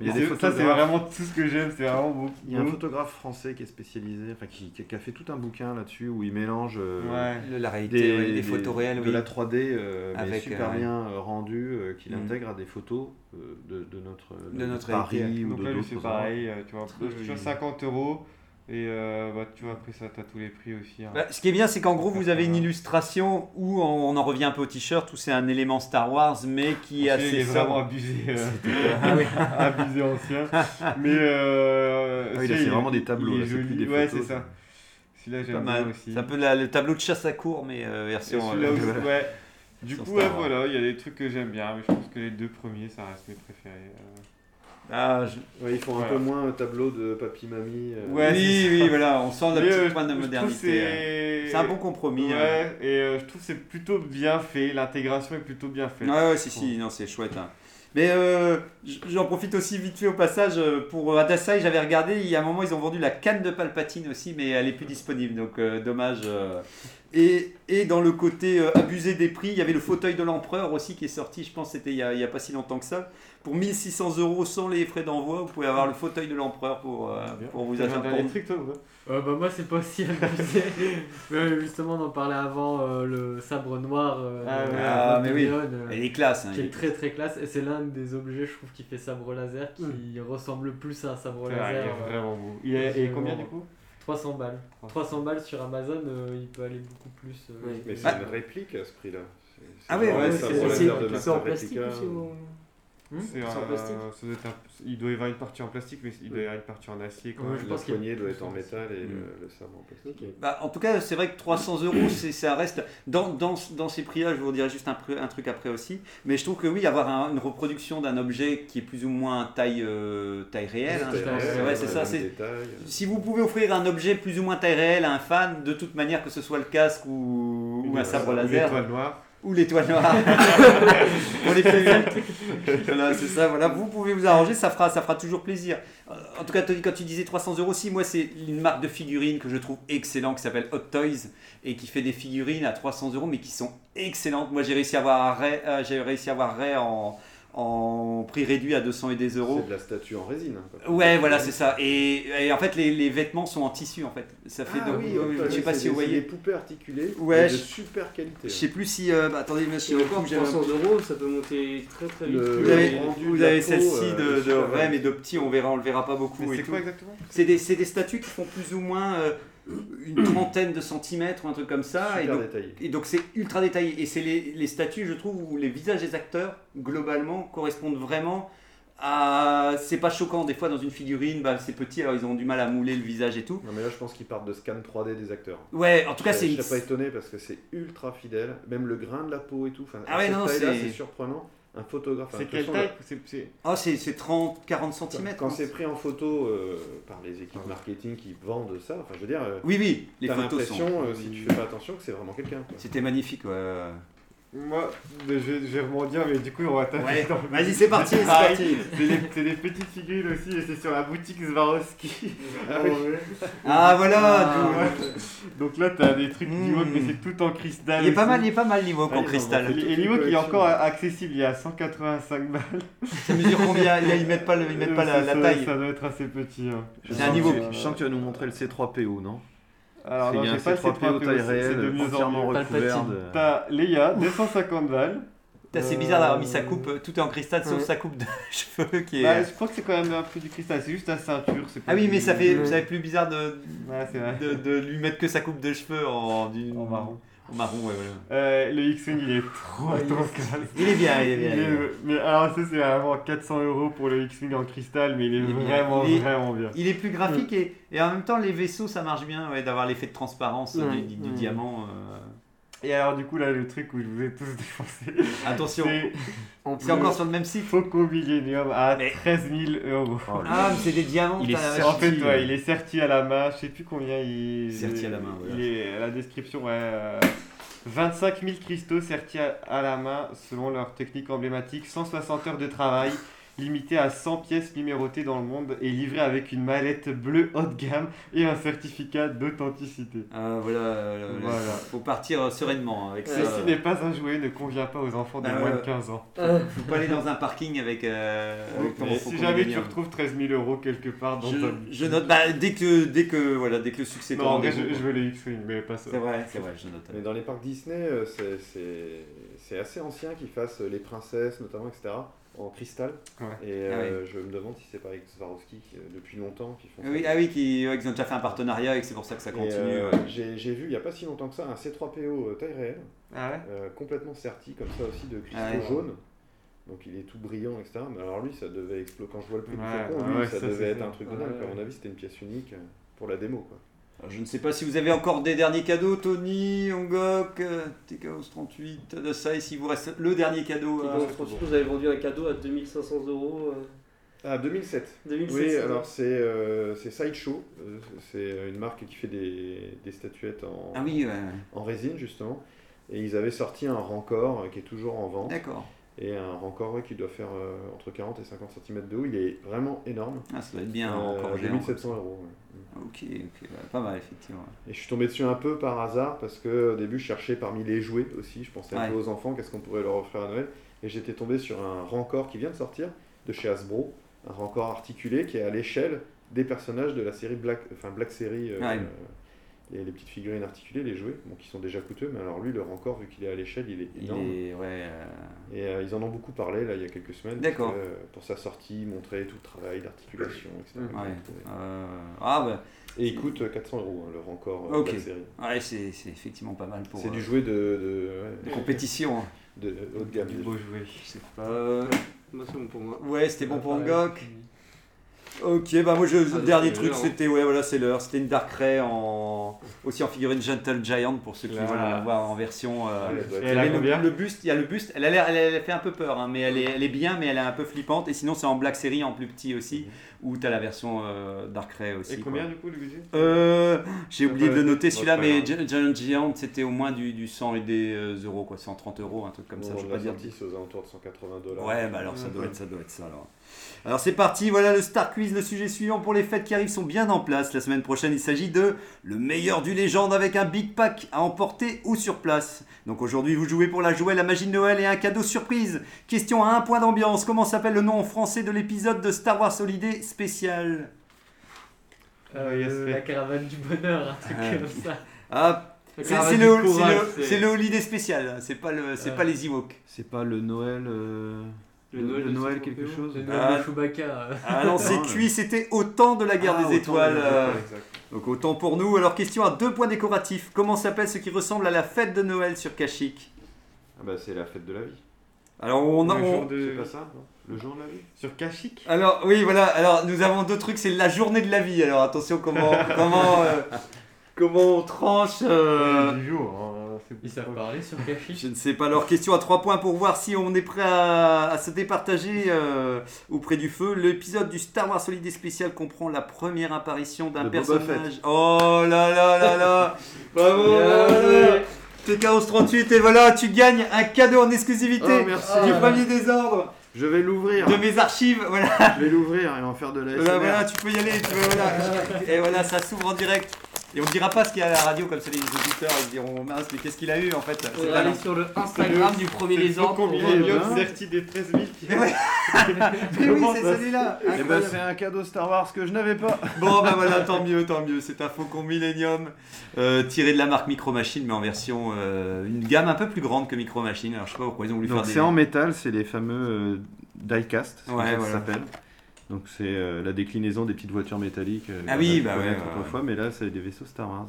S5: Mais
S2: Et
S5: il y a des
S2: c'est- ça c'est
S5: photographes-
S2: vraiment tout ce que j'aime c'est vraiment beau
S5: Il y a un
S2: beau.
S5: photographe français qui est spécialisé, enfin qui, qui a fait tout un bouquin là-dessus où il mélange euh,
S2: ouais
S1: Le- La réalité,
S5: des,
S1: ouais, des,
S5: des-
S1: photos réelles,
S5: de
S1: oui.
S5: la 3D, euh, mais
S1: Avec,
S5: super
S1: euh,
S5: bien euh, rendue, euh, qu'il
S1: Mhm.
S5: intègre à des photos euh, de, de notre,
S1: De notre
S5: Paris
S1: réalité.
S5: ou
S2: donc
S5: de
S2: là lui
S5: d'autres
S2: c'est
S5: endroits.
S2: pareil euh, tu vois après,
S5: Oui.
S2: tu vois, 50 euros et euh, bah tu vois après ça t'as tous les prix aussi hein.
S1: Bah, ce qui est bien, c'est qu'en gros, vous avez une illustration où on, on en revient un peu au t-shirt, où c'est un élément Star Wars, mais qui est
S2: Ancien, il
S1: assez
S2: est vraiment
S1: sobre.
S2: abusé euh, [LAUGHS]
S1: Ah [LAUGHS]
S2: abusé ancien mais euh,
S5: Ah oui,
S2: celui-là,
S5: là, c'est
S2: il est-
S5: vraiment des tableaux,
S2: il
S5: là,
S2: est
S5: c'est plus
S2: joli.
S5: des
S2: ouais c'est
S5: photos.
S2: ça celui-là
S1: Pas
S2: j'aime bien
S1: mal.
S2: aussi
S1: C'est un peu la- le tableau de chasse à court, mais euh,
S2: Et
S1: version.
S2: celui-là
S1: euh,
S2: aussi,
S5: [LAUGHS]
S2: ouais. Du
S1: Sur
S2: coup,
S1: Star
S2: ouais,
S1: Wars.
S2: voilà, il y a des trucs que j'aime bien, mais je pense que les deux premiers, ça reste mes préférés. euh.
S1: Ah, je-
S5: Ouais, ils font un
S2: Voilà.
S5: peu moins euh, tableau de papy mamie. euh,
S2: Ouais,
S1: oui,
S2: c'est
S1: oui,
S2: ça.
S1: voilà, on sent la
S2: Mais,
S1: petite
S2: euh,
S1: pointe de
S2: je trouve
S1: modernité. hein.
S2: c'est
S1: C'est un bon compromis.
S2: Ouais,
S1: hein.
S2: et euh, je trouve que c'est plutôt bien fait, l'intégration est plutôt bien faite.
S1: Ouais, ouais, si, si, non, c'est chouette. hein. Mais euh, j- j'en profite aussi vite fait au passage euh, pour Adasai. J'avais regardé, il y a un moment, ils ont vendu la canne de Palpatine aussi, mais elle est plus disponible, donc euh, dommage. euh. Et, et dans le côté euh, abusé des prix, il y avait le fauteuil de l'empereur aussi qui est sorti, je pense, c'était il n'y a, il y a pas si longtemps que ça. Pour 1600 euros sans les frais d'envoi, vous pouvez avoir le fauteuil de l'empereur pour, euh,
S2: Bien.
S1: pour vous
S2: T'as un
S1: acheter.
S2: dernier truc, toi, ou pas
S3: Euh, bah moi c'est pas aussi [LAUGHS] abusé. Mais euh, justement on en parlait avant euh, le sabre noir. euh,
S2: Ah,
S3: de
S2: ouais.
S1: Ah, mais oui.
S3: Panthéon, euh,
S1: Elle est classe. hein,
S3: Qui est très très classe et c'est l'un des objets je trouve qui fait sabre laser qui
S1: Hmm.
S3: ressemble le plus à un sabre
S2: C'est vrai, il est
S3: laser. euh,
S2: vraiment beau. Il est, et combien, du coup
S3: 300 balles. 300 balles sur Amazon euh, il peut aller beaucoup plus. euh,
S4: Oui,
S5: Mais
S3: je-
S5: c'est
S1: Bah.
S5: une réplique à ce prix-là. C'est- c'est
S1: Ah oui,
S5: vraiment
S2: ouais,
S5: un
S2: c'est-
S5: sabre
S2: c'est-
S5: laser de
S2: c'est
S5: Master
S4: en plastique
S2: euh.
S5: Replica.
S4: aussi ou...
S2: C'est
S4: C'est en
S2: un-
S4: plastique
S2: ça doit être un- Il doit y avoir une partie en plastique, mais il doit y avoir une partie en acier quand
S3: Ouais,
S2: même.
S3: je
S5: La
S3: pense qu'il y a
S5: poignée doit
S3: plus
S5: être en
S3: de
S5: métal et
S1: Mm.
S5: le, le sabre en plastique.
S1: Bah, en tout cas, c'est vrai que 300 euros, c'est, ça reste. Dans, dans, dans ces prix-là, je vous dirai juste un, pr- un truc après aussi. Mais je trouve que oui, avoir un- une reproduction d'un objet qui est plus ou moins taille, euh, taille réelle. hein, je
S3: Taille
S1: pense.
S3: réelle,
S1: Ouais, c'est
S3: ouais,
S1: ça.
S5: C'est
S1: C'est... Si vous pouvez offrir un objet plus ou moins taille réelle à un fan, de toute manière, que ce soit le casque ou, ou un sabre laser,
S2: L'étoile noire.
S1: ou l'étoile noire.
S5: [LAUGHS]
S1: On les fait bien. Voilà, c'est ça. Voilà, vous pouvez vous arranger, ça fera, ça fera toujours plaisir. Euh, En tout cas, Tony, quand tu disais 300 euros, si moi c'est une marque de figurines que je trouve excellente qui s'appelle Hot Toys et qui fait des figurines à 300 euros mais qui sont excellentes. Moi, j'ai réussi à avoir un Ray, euh, j'ai réussi à avoir Ray en, en prix réduit à 200 et des euros.
S5: de la statue en résine. hein, pas-
S1: Ouais, voilà, c'est ça. Et, et en fait, les, les vêtements sont en tissu en fait. Ça fait
S5: Ah
S1: donc,
S5: oui, ok,
S1: je sais pas
S5: c'est
S1: si
S5: des-
S1: vous
S5: c'est Des
S1: voyez.
S5: poupées articulées
S1: Ouais,
S5: mais de
S1: je-
S5: super qualité. hein.
S1: Je sais plus si. euh, bah, attendez,
S4: Et
S1: monsieur,
S4: encore,
S1: j'avais un
S4: 300 euros, ça peut monter très très vite.
S5: Le-
S1: Vous avez,
S5: rendu
S1: Euh, vous
S5: de la
S1: avez
S5: peau,
S1: celle-ci
S5: euh,
S1: de, de
S5: super
S1: Rem
S5: belle.
S1: et de Petit, on verra, on le verra pas beaucoup.
S2: Mais
S1: et
S2: c'est
S1: tout.
S2: quoi exactement
S1: C'est des, c'est des statues qui font plus ou moins euh, une trentaine de centimètres ou un truc comme ça. Et
S5: super
S1: donc,
S5: détaillé.
S1: et donc c'est ultra détaillé. Et c'est les, les statues, je trouve, où les visages des acteurs, globalement, correspondent vraiment à. C'est pas choquant, des fois, dans une figurine, bah, c'est petit, alors ils ont du mal à mouler le visage et tout.
S5: Non mais là je pense qu'ils partent de scan 3D des acteurs.
S1: Ouais, en tout cas, c'est
S5: je
S1: une.
S5: serais pas étonné parce que c'est ultra fidèle, même le grain de la peau et tout. Enfin,
S1: Ah ouais,
S5: cette
S1: non,
S5: taille-là,
S1: c'est-
S5: c'est surprenant. un photographe.
S2: C'est
S5: de toute
S2: quelle
S5: façon,
S2: taille C'est- c'est-
S1: Ah, c'est c'est 30, 40 cm.
S5: Quand c'est pris en photo euh, par les équipes marketing qui vendent ça, enfin je veux dire, euh,
S1: Oui, oui, Ah les
S5: t'as
S1: photos
S5: l'impression,
S1: sont.
S5: euh, si tu fais pas attention, que c'est vraiment quelqu'un. quoi.
S1: C'était magnifique, ouais, ouais.
S2: Moi, mais je vais, je vais rebondir, mais du coup, on va taper
S1: Ouais,
S2: dans le-
S1: vas-y, c'est parti, c'est
S2: Ah,
S1: parti.
S2: [LAUGHS] C'est des, c'est des petites figurines aussi, et c'est sur la boutique
S1: [LAUGHS]
S2: Swarovski.
S5: Ah oui.
S1: Ah, voilà,
S3: Ah,
S1: d'où-
S2: Ouais. Donc là, t'as des trucs
S1: Mm.
S2: Ewok, mais c'est tout en cristal.
S1: Il est pas
S2: aussi.
S1: mal, il est pas mal l'Ewok
S5: Ah,
S1: en
S5: ils ont
S1: cristal.
S5: inventé-
S2: Et et l'Ewok il est encore accessible, il est à 185 balles. Euh,
S1: Ça mesure combien Là, ils mettent pas, le- ils mettent pas la, la
S2: Ça-
S1: taille.
S2: Ça doit être assez petit. hein.
S5: Je
S1: C'est un
S5: sens
S1: niveau.
S5: que tu- Je sens que tu vas nous montrer le C3PO, non
S2: Alors,
S5: Il
S2: non,
S5: y a un
S2: j'ai pas le
S5: C3PO taille
S2: c'est- c'est de
S5: réelle,
S2: mieux en
S5: entièrement Euh,
S2: mieux.
S5: recouvert
S3: Palpatine.
S5: de...
S2: T'as Leia,
S1: [LAUGHS]
S2: 250 balles.
S1: Putain, C'est bizarre d'avoir mis sa coupe, euh, tout est en cristal sauf
S3: Ouais.
S1: sa coupe de [LAUGHS] cheveux qui
S2: Bah,
S1: est.
S2: je crois que c'est quand même un peu du cristal, c'est juste la ceinture. c'est pas
S1: Ah oui,
S2: du-
S1: mais ça fait,
S3: Ouais.
S1: ça fait plus bizarre de,
S2: Ouais, c'est vrai.
S1: de, de lui mettre que sa coupe de cheveux en,
S2: En marron.
S1: En marron, ouais, voilà.
S2: Euh, le X-Wing il est trop
S3: Ouais, il est
S2: trop
S3: stylé.
S2: calme.
S1: Oh, Il est bien, il est
S2: Il
S1: bien.
S2: est-
S1: il est bien.
S2: mais alors ça c'est vraiment 400 euros pour le X-Wing en cristal mais il est,
S1: Il est bien.
S2: vraiment
S1: Il est-
S2: vraiment bien.
S1: Il est plus graphique et, et en même temps, les vaisseaux, ça marche bien ouais, d'avoir l'effet de transparence euh,
S3: Ouais.
S1: du, du- du
S3: Ouais.
S1: diamant. euh.
S2: Et alors du coup là le truc où je vous ai tous [LAUGHS] défoncé
S1: Attention,
S2: c'est
S3: En
S1: c'est encore sur le même site.
S2: Foco Millennium à
S1: Mais-
S2: 13 000 euros.
S5: Oh, le-
S1: Ah, mais c'est des diamants.
S5: Il est
S1: putain, la
S2: en
S1: vache.
S2: fait
S5: si,
S2: ouais,
S5: ouais.
S2: il est serti à la main, je sais plus combien il
S1: Serti à la main, ouais.
S2: Il est la description ouais euh, 25 000 cristaux sertis à, à la main selon leur technique emblématique, 160 heures de travail, limité à 100 pièces numérotées dans le monde et livré avec une mallette bleue haut de gamme et un certificat d'authenticité.
S1: Ah, voilà, euh,
S2: Voilà.
S1: faut partir euh, sereinement avec ça. euh,
S2: Ceci n'est pas un jouet, ne convient pas aux enfants de
S1: Bah,
S2: moins de
S1: ouais.
S2: 15 ans.
S1: Faut pas aller dans un parking avec. euh, avec ton-
S2: Mais
S1: faut
S2: si
S1: qu'on
S2: jamais
S1: gagne,
S2: tu
S1: hein.
S2: retrouves 13 000 euros quelque part dans ton...
S1: Je, je note. Bah, dès que, dès que, voilà, dès que le succès est
S2: Non,
S1: au
S2: en vrai,
S1: rendez-vous,
S2: je,
S1: quoi.
S2: je veux les X-Wing, mais pas ça.
S1: C'est vrai, c'est vrai, je note.
S5: Mais dans les parcs Disney, euh, c'est- c'est c'est assez ancien qu'ils fassent euh, les princesses, notamment, etc., en cristal.
S2: Ouais.
S5: Et euh, je me demande si c'est pas avec Swarovski qui, euh, depuis longtemps qu'ils font
S1: Ah oui,
S5: ça.
S1: ah oui, qui, ouais, qu'ils ont déjà fait un partenariat et que c'est pour ça que ça
S5: Et,
S1: continue.
S5: euh,
S1: ouais.
S5: J'ai j'ai vu il n'y a pas si longtemps que ça un C3PO euh, taille réelle,
S2: Ah ouais
S5: euh, complètement serti, comme ça aussi de cristaux
S1: Ah ouais.
S5: jaunes. Donc il est tout brillant, etc. Mais alors lui, ça devait exploser. Quand je vois le prix du
S2: Ouais,
S5: Faucon,
S2: ouais,
S5: lui,
S2: ouais,
S5: ça,
S2: ça, c'est
S5: devait être
S2: ça.
S5: un truc de
S4: Ouais,
S5: dingue. quoi.
S4: ouais.
S5: À mon avis, c'était une pièce unique euh, pour la démo. Quoi.
S1: Alors, je ne sais pas si vous avez encore des derniers cadeaux, Tony, Ongok, euh, TKOS38, Adasai, si vous reste le dernier cadeau. euh,
S4: Et
S1: à-
S4: donc, surtout, vous avez vendu un cadeau à 2500 euros. euh,
S5: Ah, 2007
S4: 2500
S5: Oui, alors c'est euh, c'est Sideshow, Euh, c'est une marque qui fait des, des statuettes en,
S1: Ah oui, ouais, ouais.
S5: en résine justement. Et ils avaient sorti un Rancor euh, qui est toujours en vente.
S1: d'accord.
S5: Et un Rancor ouais, qui doit faire euh, entre 40 et 50 cm de haut. Il est vraiment énorme.
S1: Ah, ça doit être bien,
S5: Euh,
S1: encore géant.
S5: 2700 euros. ouais.
S1: Ah, Ok, ok, bah, pas mal, effectivement.
S5: Et je suis tombé dessus un peu par hasard parce que au début je cherchais parmi les jouets aussi. Je pensais un
S1: Ouais.
S5: peu aux enfants, qu'est-ce qu'on pourrait leur offrir à Noël. Et j'étais tombé sur un Rancor qui vient de sortir de chez Hasbro. Un Rancor articulé qui est à l'échelle des personnages de la série Black, enfin Black Series. euh,
S1: Ouais.
S5: euh, les, les petites figurines articulées, les jouets, bon, qui sont déjà coûteux, mais alors lui, le Rancor, vu qu'il est à l'échelle, il est
S1: Il
S5: énorme.
S1: est, ouais. euh,
S5: Et euh, ils en ont beaucoup parlé là il y a quelques semaines.
S1: D'accord.
S5: parce que, euh, pour sa sortie, montrer tout le travail d'articulation, etc.
S2: Mhm.
S1: ouais. euh, Ah, bah,
S5: Et il coûte euh, 400 euros hein, le Rancor euh,
S1: Ok.
S5: Black Series.
S1: ouais, c'est c'est effectivement pas mal pour.
S5: C'est du
S1: euh,
S5: jouet de, de, ouais.
S1: de compétition. hein.
S5: de haut de gamme.
S2: Du beau jouet.
S1: Euh,
S4: Moi, Bah, c'est bon pour moi.
S1: ouais, c'était bon pour
S3: Ouais,
S1: Ongok.
S3: c'est fini.
S1: Ok, bah moi je, le
S4: c'est
S1: dernier
S4: l'heure,
S1: truc
S4: hein.
S1: c'était ouais voilà c'est l'heure, c'était une Dark Ray en aussi en figurine Gentle Giant pour ceux qui
S2: Classe.
S1: veulent la voir en version. euh,
S5: Ouais,
S2: Et
S5: ouais.
S1: il
S2: elle
S1: y
S2: a
S1: avait le-
S2: combien
S1: le, buste, il y a le buste, elle a l'air, elle, elle fait un peu peur, hein, mais elle est, elle est bien, mais elle est un peu flippante. Et sinon c'est en Black Series en plus petit aussi, où t'as la version euh, Dark Ray aussi.
S2: Et
S1: quoi.
S2: combien du coup le budget
S1: Euh, J'ai
S2: T'as
S1: oublié de
S2: pas
S1: le
S2: noté
S1: noter celui-là,
S2: Bon,
S1: mais
S2: c'est
S1: Gi- Giant Giant c'était au moins du, du 100 et des euh, euros quoi, 130 euros, un truc comme ça.
S5: On
S1: je vais
S5: l'a
S1: pas dire
S5: sorti, c'est aux alentours de 180 dollars.
S1: Ouais, bah alors ça doit être ça, doit être ça alors. Alors c'est parti, voilà le Star Quiz, le sujet suivant pour les fêtes qui arrivent sont bien en place. La semaine prochaine, il s'agit de le meilleur du légende avec un big pack à emporter ou sur place. Donc aujourd'hui, vous jouez pour la jouer la magie de Noël et un cadeau surprise. Question à un point d'ambiance, comment s'appelle le nom en français de l'épisode de Star Wars Holiday [LAUGHS] spécial
S5: Ah,
S3: Euh,
S2: Oui, yes,
S3: euh,
S2: fait.
S3: la caravane du bonheur, un truc
S1: Ah.
S3: comme ça.
S1: Ah,
S3: La
S1: c'est
S3: caravane
S1: c'est
S3: du
S1: le, c'est
S3: courage,
S1: le- c'est le Holiday spécial, hein, c'est pas, le, c'est
S3: Ah.
S1: pas les Ewoks.
S5: C'est pas le Noël. euh,
S4: Le Noël de Sandro Péo.
S3: Le
S5: Ouais,
S3: Noël
S1: Ah.
S3: de Chewbacca. euh.
S1: Ah non, c'est cuit, c'était au temps de la guerre
S5: Ah, au temps
S1: des
S5: de
S1: étoiles.
S5: la guerre,
S1: euh,
S5: ouais.
S2: Exact.
S1: Donc autant pour nous. Alors question à deux points décoratifs. Comment s'appelle ce qui ressemble à la fête de Noël sur Kashyyyk
S5: Ah bah c'est la fête de la vie.
S1: Alors on, a-
S2: Le
S1: on-
S2: jour de-
S5: C'est pas ça non Le jour de la vie
S2: Sur Kashyyyk
S1: alors oui voilà. Alors nous avons deux trucs. C'est la journée de la vie. Alors attention comment comment euh, comment on tranche. euh,
S2: Du jour. hein. c'est
S3: Ils savent
S2: bon.
S3: parler sur Kashi.
S1: Je ne sais pas. Alors, question à 3 points pour voir si on est prêt à, à se départager euh, auprès du feu. L'épisode du Star Wars Holiday spécial comprend la première apparition d'un
S5: De Boba
S1: personnage. Oh là là là
S5: [LAUGHS]
S1: là Bravo
S4: Bien
S1: bravo.
S4: joué.
S1: TK11 38 et voilà, tu gagnes un cadeau en exclusivité
S5: Oh, merci.
S1: du premier désordre
S5: Je vais l'ouvrir,
S1: de mes archives. Voilà,
S5: je vais l'ouvrir et en faire de la
S1: voilà, voilà, tu peux y aller. tu peux- voilà. Et voilà, ça s'ouvre en direct. Et on ne dira pas ce qu'il y a à la radio, comme ça les auditeurs ils diront mince, mais qu'est-ce qu'il a eu en fait
S4: On
S1: C'est
S4: est
S1: pas
S4: allé
S1: long.
S4: sur le Instagram du premier
S2: C'est
S4: désordre.
S2: le
S4: pour
S2: combiné
S4: voir-
S5: Eh ben.
S2: Yop Certi des 13 000 qui
S1: Mais [LAUGHS] ouais. Mais oui, c'est celui-là.
S5: Eh ben, c'est un cadeau Star Wars que je n'avais pas.
S1: Bon, ben voilà, tant mieux, tant mieux. C'est un Faucon Millennium euh, tiré de la marque Micro Machine, mais en version euh, une gamme un peu plus grande que Micro Machine. Alors je sais pas pourquoi ils ont voulu
S5: Donc
S1: faire
S5: c'est
S1: des.
S5: en métal, c'est les fameux euh, diecast, c'est comme
S1: Ouais,
S5: ça que
S1: voilà.
S5: ça s'appelle. Donc c'est euh, la déclinaison des petites voitures métalliques. euh,
S1: Ah
S5: qu'on
S1: oui,
S5: a pu
S1: bah ouais,
S5: connaître
S1: ouais,
S5: autrefois, mais là c'est des vaisseaux Star Wars.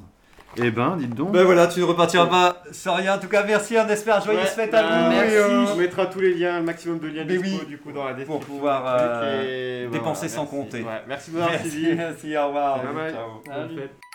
S5: Eh ben, dites donc.
S1: Ben voilà, tu ne repartiras pas sans rien. En tout cas, merci, hein, on espère joyeuses
S2: Ouais,
S1: fêtes
S2: bah,
S1: à vous.
S4: merci.
S1: et, euh,
S2: On mettra tous les liens, un maximum de liens
S1: Mais
S2: dispo,
S1: oui.
S2: du coup dans la description.
S1: Pour pouvoir,
S2: du truc,
S1: euh,
S2: et
S1: dépenser sans
S2: merci.
S1: compter.
S2: Ouais, merci de nous avoir
S1: Merci,
S2: suivis.
S1: merci, au revoir.
S2: Bye bye.
S1: Ciao.
S3: En fait.